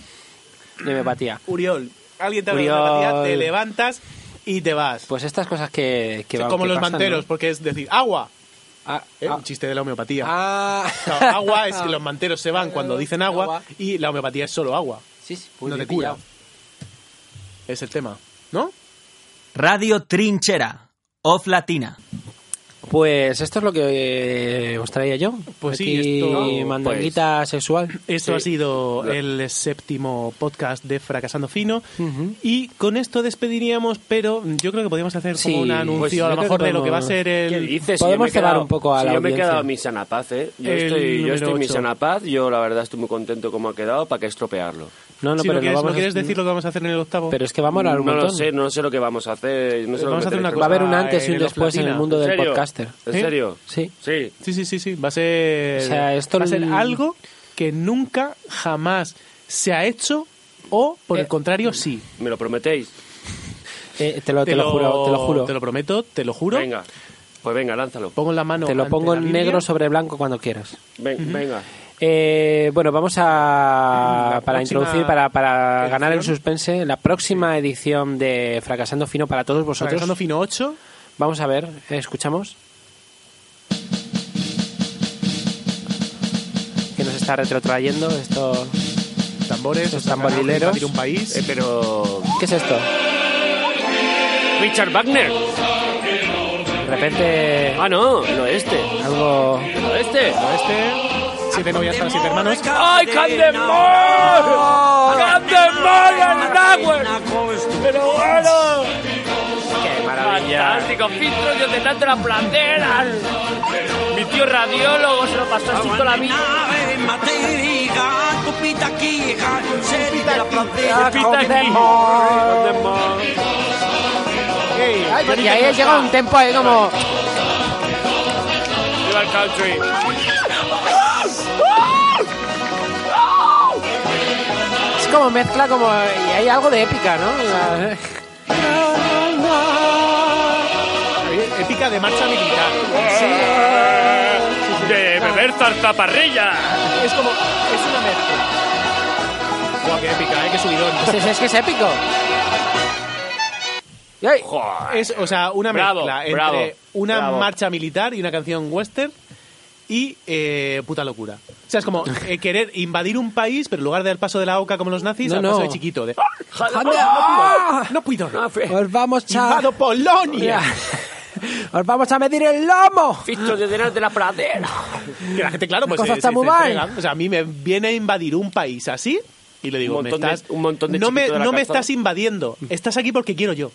Speaker 4: de homeopatía.
Speaker 2: Uriol. Alguien te habla de
Speaker 4: Uriol.
Speaker 2: homeopatía, te levantas y te vas.
Speaker 4: Pues estas cosas que, que van-
Speaker 2: como
Speaker 4: que
Speaker 2: los
Speaker 4: pasan,
Speaker 2: manteros,
Speaker 4: ¿no?
Speaker 2: porque es decir, agua.
Speaker 4: Ah,
Speaker 2: ¿eh?
Speaker 4: ah,
Speaker 2: Un chiste de la homeopatía.
Speaker 4: ah.
Speaker 2: O sea, agua es que los manteros se van cuando dicen agua,
Speaker 4: Agua.
Speaker 2: y la homeopatía es solo agua.
Speaker 4: Sí, sí, muy
Speaker 2: no
Speaker 4: bien
Speaker 2: te cura.
Speaker 4: pillado.
Speaker 2: Es el tema, ¿no?
Speaker 3: Radio Trinchera, Off Latina.
Speaker 4: Pues esto es lo que eh, os traía yo.
Speaker 2: Pues sí,
Speaker 4: Aquí,
Speaker 2: esto-
Speaker 4: mandanguita sexual.
Speaker 2: Esto
Speaker 5: Sí.
Speaker 2: ha sido
Speaker 5: Lo-
Speaker 2: el séptimo podcast de Fracasando Fino.
Speaker 4: Ujú.
Speaker 2: Y con esto despediríamos, pero yo creo que podríamos hacer
Speaker 4: Sí,
Speaker 2: como un
Speaker 4: pues
Speaker 2: anuncio
Speaker 4: yo
Speaker 2: a lo
Speaker 4: creo
Speaker 2: mejor
Speaker 4: que
Speaker 2: de lo que va a
Speaker 4: podemos-
Speaker 2: ser
Speaker 5: ¿Qué
Speaker 2: el.
Speaker 5: dices? Si
Speaker 4: Podemos
Speaker 5: yo me he
Speaker 4: cebar
Speaker 5: quedado-
Speaker 4: un poco a
Speaker 5: si
Speaker 4: la
Speaker 5: yo me he
Speaker 4: audiencia.
Speaker 5: quedado mi sanapaz, ¿eh? Yo
Speaker 2: El
Speaker 5: estoy, yo
Speaker 2: número
Speaker 5: estoy mi
Speaker 2: ocho.
Speaker 5: sanapaz, yo la verdad estoy muy contento como ha quedado, ¿para qué estropearlo?
Speaker 4: No, no,
Speaker 2: si
Speaker 4: pero
Speaker 2: no
Speaker 4: no
Speaker 2: quieres,
Speaker 4: vamos
Speaker 2: ¿no
Speaker 4: a-
Speaker 2: quieres decir lo que vamos a hacer en el octavo.
Speaker 4: Pero es que va a molar
Speaker 5: no
Speaker 4: un montón.
Speaker 5: lo sé, no sé lo que vamos a hacer. No sé lo
Speaker 2: Vamos
Speaker 5: que
Speaker 2: a hacer
Speaker 5: me
Speaker 2: una
Speaker 5: tenéis
Speaker 4: Va a
Speaker 2: cosa
Speaker 4: haber un antes y
Speaker 2: en
Speaker 4: un
Speaker 2: el
Speaker 4: después en el
Speaker 2: Platina.
Speaker 4: mundo
Speaker 5: que- ¿En
Speaker 4: del
Speaker 5: serio?
Speaker 4: podcaster.
Speaker 5: ¿En
Speaker 2: ¿Eh?
Speaker 5: serio?
Speaker 4: Sí.
Speaker 5: Sí.
Speaker 2: Sí, sí, sí, sí. Va a ser.
Speaker 4: O sea, esto
Speaker 2: va a ser
Speaker 4: l-
Speaker 2: algo que nunca jamás se ha hecho o, por el
Speaker 4: Eh,
Speaker 2: contrario, sí.
Speaker 5: ¿Me lo prometéis?
Speaker 4: Eh, te, lo, te, lo, juro, te lo juro.
Speaker 2: Te lo prometo, te lo juro.
Speaker 5: Venga. Pues venga, lánzalo.
Speaker 2: Pongo la mano.
Speaker 4: Te lo
Speaker 2: ante
Speaker 4: pongo
Speaker 2: la
Speaker 4: en
Speaker 2: Biblia.
Speaker 4: negro sobre blanco cuando quieras.
Speaker 5: Ven- Venga.
Speaker 4: Eh, bueno, vamos a
Speaker 2: La
Speaker 4: para
Speaker 2: próxima
Speaker 4: introducir, para, para
Speaker 2: edición.
Speaker 4: ganar el suspense, la próxima edición de Fracasando Fino para todos vosotros.
Speaker 2: Fracasando Fino 8.
Speaker 4: Vamos a ver, eh, escuchamos. Que nos está retrotrayendo esto.
Speaker 2: Los tambores,
Speaker 4: Los tamborileros.
Speaker 2: invadir un país.
Speaker 5: Eh, pero.
Speaker 4: ¿Qué es esto?
Speaker 5: Richard Wagner.
Speaker 4: De repente
Speaker 5: Ah, no, el oeste.
Speaker 4: algo...
Speaker 5: El oeste.
Speaker 2: Este, siete novias para siete hermanos.
Speaker 5: ¡Ay, Candemore! ¡Candemore and ¡Pero bueno!
Speaker 4: ¡Qué
Speaker 5: Fantástico, filtros de detrás de la pradera. Mi tío radiólogo se lo pasó así toda la vida. Pita aquí. Candemore.
Speaker 2: Hey,
Speaker 4: Y ahí llega un tempo ahí como...
Speaker 5: Viva el country.
Speaker 4: Es como mezcla como... Y hay algo de épica, ¿no? La-
Speaker 2: épica de marcha militar.
Speaker 5: De beber zarzaparrilla.
Speaker 2: Es como, es una mezcla. Guau, qué épica, ¿eh? qué subidón.
Speaker 4: Sí, sí, es que es épico. Y ahí-
Speaker 5: Joder.
Speaker 2: Es, o sea, una
Speaker 5: Bravo,
Speaker 2: mezcla entre
Speaker 5: bravo,
Speaker 2: una
Speaker 5: bravo.
Speaker 2: marcha militar y una canción western y eh, puta locura. O sea, es como eh, querer invadir un país, pero en lugar de al paso de la oca como los nazis,
Speaker 4: No,
Speaker 2: al paso
Speaker 4: no.
Speaker 2: de chiquito. De,
Speaker 4: ¡Ah!
Speaker 2: no puedo, no puedo.
Speaker 4: Os vamos a...
Speaker 2: ¡Invado Polonia!
Speaker 4: Os vamos a medir el lomo.
Speaker 5: Filtros de detrás de la pradera.
Speaker 2: Que la gente, claro, pues
Speaker 4: cosa
Speaker 2: eh,
Speaker 4: está
Speaker 2: se-
Speaker 4: muy
Speaker 2: se
Speaker 4: mal.
Speaker 2: frega. O sea, a mí me viene a invadir un país así y le digo,
Speaker 5: Un
Speaker 2: me
Speaker 5: montón de-
Speaker 2: estás,
Speaker 5: un montón de
Speaker 2: no me,
Speaker 5: chiquito de la
Speaker 2: no me
Speaker 5: calzada.
Speaker 2: estás invadiendo, estás aquí porque quiero yo.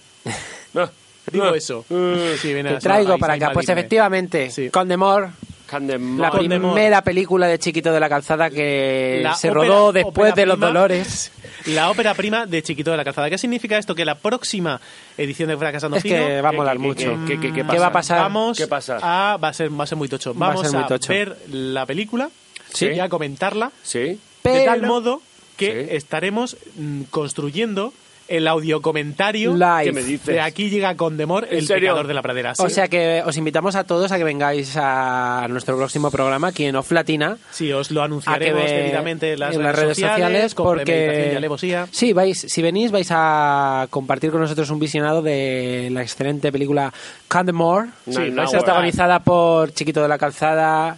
Speaker 2: Digo eso.
Speaker 5: Mm.
Speaker 2: Sí, viene
Speaker 4: Te
Speaker 2: a-
Speaker 4: traigo
Speaker 2: a-
Speaker 4: para
Speaker 2: a
Speaker 4: acá. Pues
Speaker 2: invadirme.
Speaker 4: efectivamente,
Speaker 2: Sí.
Speaker 4: Condemor, la
Speaker 5: Candemore.
Speaker 2: Condemor.
Speaker 4: primera película de Chiquito de la Calzada que
Speaker 2: La
Speaker 4: se
Speaker 2: ópera-
Speaker 4: rodó después
Speaker 2: ópera
Speaker 4: de Los
Speaker 2: prima.
Speaker 4: Dolores.
Speaker 2: La ópera prima de Chiquito de la Calzada. ¿Qué significa esto? Que la próxima edición de Fracasando
Speaker 4: Es
Speaker 2: Fino eh,
Speaker 4: que va a molar
Speaker 5: ¿Qué- qué-
Speaker 4: mucho.
Speaker 5: qué- qué- qué
Speaker 4: ¿Qué va a
Speaker 5: pasa?
Speaker 4: pasar?
Speaker 2: vamos
Speaker 5: ¿Qué pasa?
Speaker 2: a... Va a, ser, va a ser muy tocho.
Speaker 4: Va a
Speaker 2: Vamos
Speaker 4: ser muy tocho.
Speaker 2: ver la película
Speaker 5: Sí.
Speaker 2: y a comentarla
Speaker 5: Sí.
Speaker 2: de
Speaker 4: Pero-
Speaker 2: tal modo que
Speaker 5: Sí.
Speaker 2: estaremos mm, construyendo el audiocomentario
Speaker 4: Live.
Speaker 5: ¿Qué me dices?
Speaker 2: de Aquí llega Condemor,
Speaker 5: ¿En
Speaker 2: el
Speaker 5: serio?
Speaker 2: pecador de la pradera.
Speaker 4: O
Speaker 2: Sí.
Speaker 4: sea que os invitamos a todos a que vengáis a nuestro próximo programa aquí en Off Latina.
Speaker 2: Sí, os lo
Speaker 4: A que
Speaker 2: anunciaremos
Speaker 4: ve-
Speaker 2: debidamente en las, redes, sociales, con premeditación
Speaker 4: porque
Speaker 2: y alevosía.
Speaker 4: sí vais si venís vais a compartir con nosotros un visionado de la excelente película Candemore
Speaker 5: Sí,
Speaker 4: Sí,
Speaker 5: no,
Speaker 4: vais
Speaker 5: no,
Speaker 4: protagonizada por Chiquito de la Calzada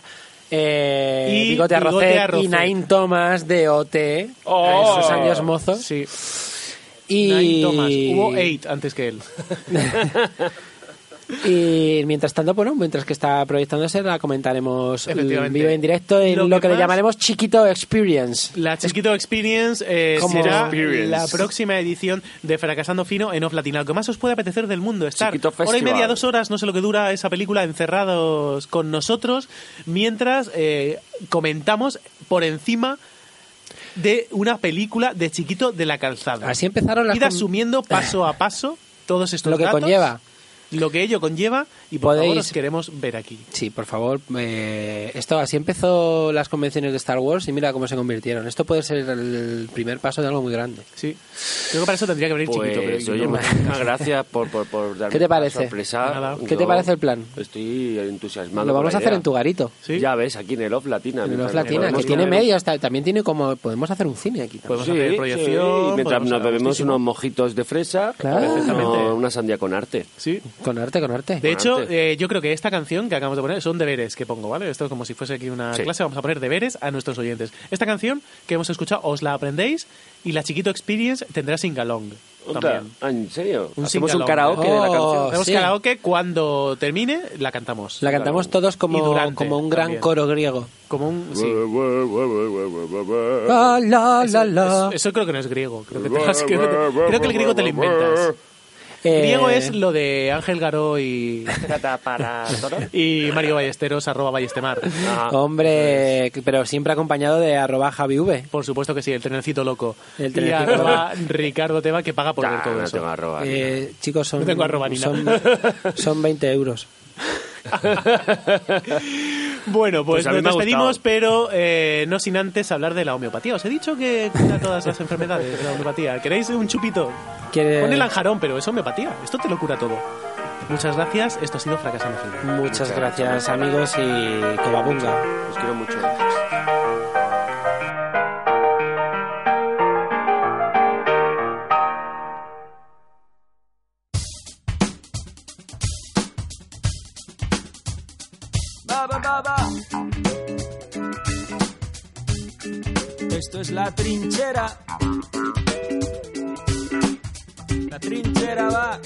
Speaker 4: eh,
Speaker 2: Y
Speaker 4: Bigote
Speaker 2: Bigote
Speaker 4: Arrocet
Speaker 2: Arrocet.
Speaker 4: y Nain Thomas de OT
Speaker 5: Oh.
Speaker 4: esos años mozos
Speaker 2: Sí.
Speaker 4: y
Speaker 2: Nine Thomas. Hubo Eight antes que él.
Speaker 4: Y mientras tanto, bueno, mientras que está proyectándose, la comentaremos en
Speaker 2: Efectivamente.
Speaker 4: vivo y en directo en
Speaker 2: Lo
Speaker 4: lo,
Speaker 2: que
Speaker 4: que, le
Speaker 2: más-
Speaker 4: llamaremos Chiquito Experience.
Speaker 2: La Chiquito Experience eh,
Speaker 4: Como-
Speaker 2: será
Speaker 5: Experience.
Speaker 2: la próxima edición de Fracasando Fino en Off Latina. Lo que más os puede apetecer del mundo, estar
Speaker 5: Chiquito
Speaker 2: hora y
Speaker 5: Festival.
Speaker 2: media, dos horas, no sé lo que dura esa película, encerrados con nosotros, mientras eh, comentamos por encima de una película de Chiquito de la Calzada.
Speaker 4: Así empezaron las
Speaker 2: Id
Speaker 4: com-
Speaker 2: asumiendo paso a paso todos estos
Speaker 4: Lo que
Speaker 2: datos,
Speaker 4: conlleva.
Speaker 2: Lo que ello conlleva y por favor
Speaker 4: Podéis-
Speaker 2: os queremos ver aquí.
Speaker 4: Sí, por favor, eh, esto así empezó las convenciones de Star Wars y mira cómo se convirtieron. Esto puede ser el primer paso de algo muy grande.
Speaker 2: Sí. Creo que para eso tendría que venir
Speaker 5: Pues,
Speaker 2: chiquito. Pero
Speaker 5: oye,
Speaker 2: no.
Speaker 5: muchísimas gracias por, por, por darme
Speaker 4: ¿Qué te
Speaker 5: esta
Speaker 4: parece?
Speaker 5: sorpresa.
Speaker 2: Nada.
Speaker 4: ¿Qué te parece el plan?
Speaker 5: Estoy
Speaker 2: Ah,
Speaker 5: entusiasmado.
Speaker 4: lo
Speaker 5: por
Speaker 4: vamos
Speaker 5: la
Speaker 4: a hacer
Speaker 5: idea.
Speaker 4: en tu garito.
Speaker 2: Sí.
Speaker 5: Ya ves, aquí en el Off Latina.
Speaker 4: En
Speaker 5: mientras
Speaker 4: Los Latina,
Speaker 5: podemos
Speaker 4: que tiene
Speaker 5: comer-
Speaker 4: medios, ta- también tiene como... Podemos hacer un cine aquí.
Speaker 2: Podemos
Speaker 5: Sí,
Speaker 2: hacer
Speaker 5: sí, y
Speaker 2: proyección.
Speaker 5: mientras
Speaker 2: podemos
Speaker 5: nos
Speaker 2: hacer
Speaker 5: bebemos
Speaker 2: muchísimo.
Speaker 5: unos mojitos de fresa,
Speaker 4: Claro.
Speaker 5: a veces uno-
Speaker 2: Perfectamente.
Speaker 5: una sandía con arte.
Speaker 2: Sí.
Speaker 4: Con arte, con arte.
Speaker 2: De hecho,
Speaker 5: Adelante.
Speaker 2: eh, yo creo que esta canción que acabamos de poner son deberes que pongo, ¿vale? Esto es como si fuese aquí una
Speaker 5: Sí.
Speaker 2: clase, vamos a poner deberes a nuestros oyentes. Esta canción que hemos escuchado os la aprendéis y la Chiquito Experience tendrá singalong
Speaker 5: Onda,
Speaker 2: también.
Speaker 5: ah, ¿En serio?
Speaker 2: Un
Speaker 5: Hacemos un
Speaker 2: singalong.
Speaker 5: karaoke de la
Speaker 4: Oh.
Speaker 5: canción.
Speaker 2: Hacemos
Speaker 4: sí.
Speaker 2: karaoke, cuando termine la cantamos.
Speaker 4: La cantamos todos
Speaker 2: Y
Speaker 4: como,
Speaker 2: Durante
Speaker 4: como un gran
Speaker 2: también.
Speaker 4: coro griego.
Speaker 2: Como un... sí.
Speaker 4: La, la, la, la.
Speaker 2: Eso, eso creo que no es griego. Creo que, te las- creo que- creo que el griego te lo inventas.
Speaker 4: Eh,
Speaker 2: Griego es lo de Ángel Garó y,
Speaker 5: Para toro.
Speaker 2: y Mario Ballesteros, arroba Ballestemar.
Speaker 5: Ah,
Speaker 4: Hombre, que- pero siempre acompañado de arroba javiv.
Speaker 2: Por supuesto que sí, el trenecito loco.
Speaker 4: El
Speaker 2: y
Speaker 4: trenecito
Speaker 2: arroba Ricardo Teba que paga por ver
Speaker 5: nah,
Speaker 2: todo
Speaker 5: no
Speaker 2: eso.
Speaker 5: tengo arroba.
Speaker 4: Eh, chicos, son,
Speaker 2: No tengo arroba ni
Speaker 4: son,
Speaker 2: nada.
Speaker 4: son 20 euros.
Speaker 2: Bueno, pues,
Speaker 5: Pues a mí
Speaker 2: nos
Speaker 5: me ha
Speaker 2: despedimos,
Speaker 5: gustado.
Speaker 2: pero eh, no sin antes hablar de la homeopatía. Os he dicho que cura todas las enfermedades, la homeopatía. ¿Queréis un chupito?
Speaker 4: ¿Quiere-
Speaker 2: Pon el anjarón, pero es homeopatía. Esto te lo cura todo. Muchas gracias. Esto ha sido Fracasando Fino.
Speaker 4: Muchas gracias, amigos, y cobabunga.
Speaker 5: Os quiero mucho.
Speaker 1: ba ba ba ba
Speaker 3: Esto es la trinchera. La trinchera va.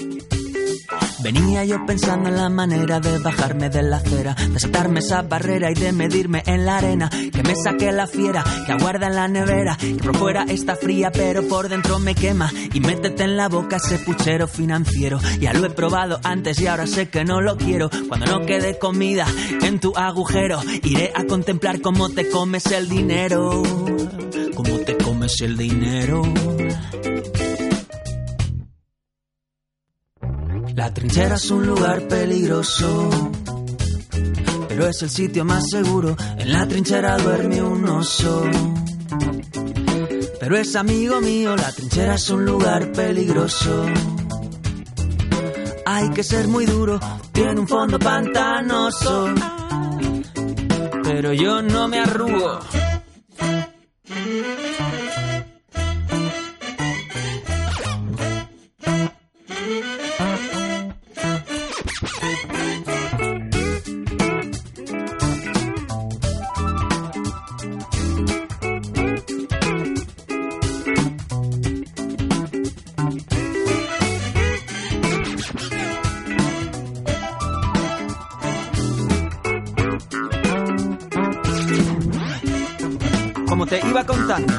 Speaker 3: Venía yo pensando en la manera de bajarme de la acera, de saltarme esa barrera y de medirme en la arena. Que me saque la fiera, que aguarda en la nevera, que por fuera está fría pero por dentro me quema. Y métete en la boca ese puchero financiero. Ya lo he probado antes y ahora sé que no lo quiero. Cuando no quede comida en tu agujero, iré a contemplar cómo te comes el dinero. Cómo te comes el dinero. La trinchera es un lugar peligroso, pero es el sitio más seguro. En la trinchera duerme un oso, pero es amigo mío. La trinchera es un lugar peligroso. Hay que ser muy duro, tiene un fondo pantanoso, pero yo no me arrugo. como te iba contando.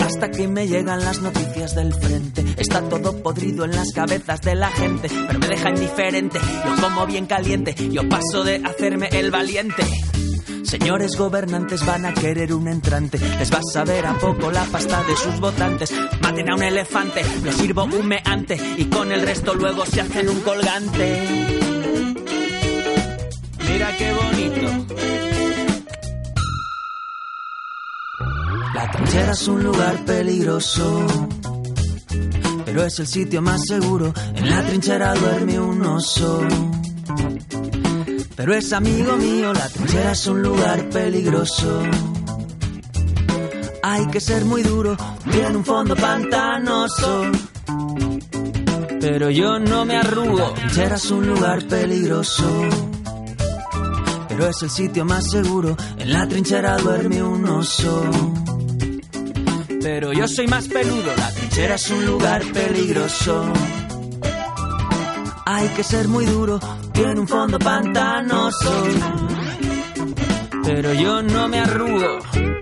Speaker 3: Hasta que me llegan las noticias del frente. Está todo podrido en las cabezas de la gente, pero me deja indiferente. Yo como bien caliente, yo paso de hacerme el valiente. Señores gobernantes van a querer un entrante, les va a saber a poco la pasta de sus votantes. Maten a un elefante, lo sirvo humeante y con el resto luego se hacen un colgante. Mira qué bonito. La trinchera es un lugar peligroso, pero es el sitio más seguro. En la trinchera duerme un oso, pero es amigo mío. La trinchera es un lugar peligroso. Hay que ser muy duro, tiene un fondo pantanoso. Pero yo no me arrugo. La trinchera es un lugar peligroso, pero es el sitio más seguro. En la trinchera duerme un oso pero yo soy más peludo. La trinchera es un lugar peligroso. Hay que ser muy duro, tiene un fondo pantanoso. Pero yo no me arrugo.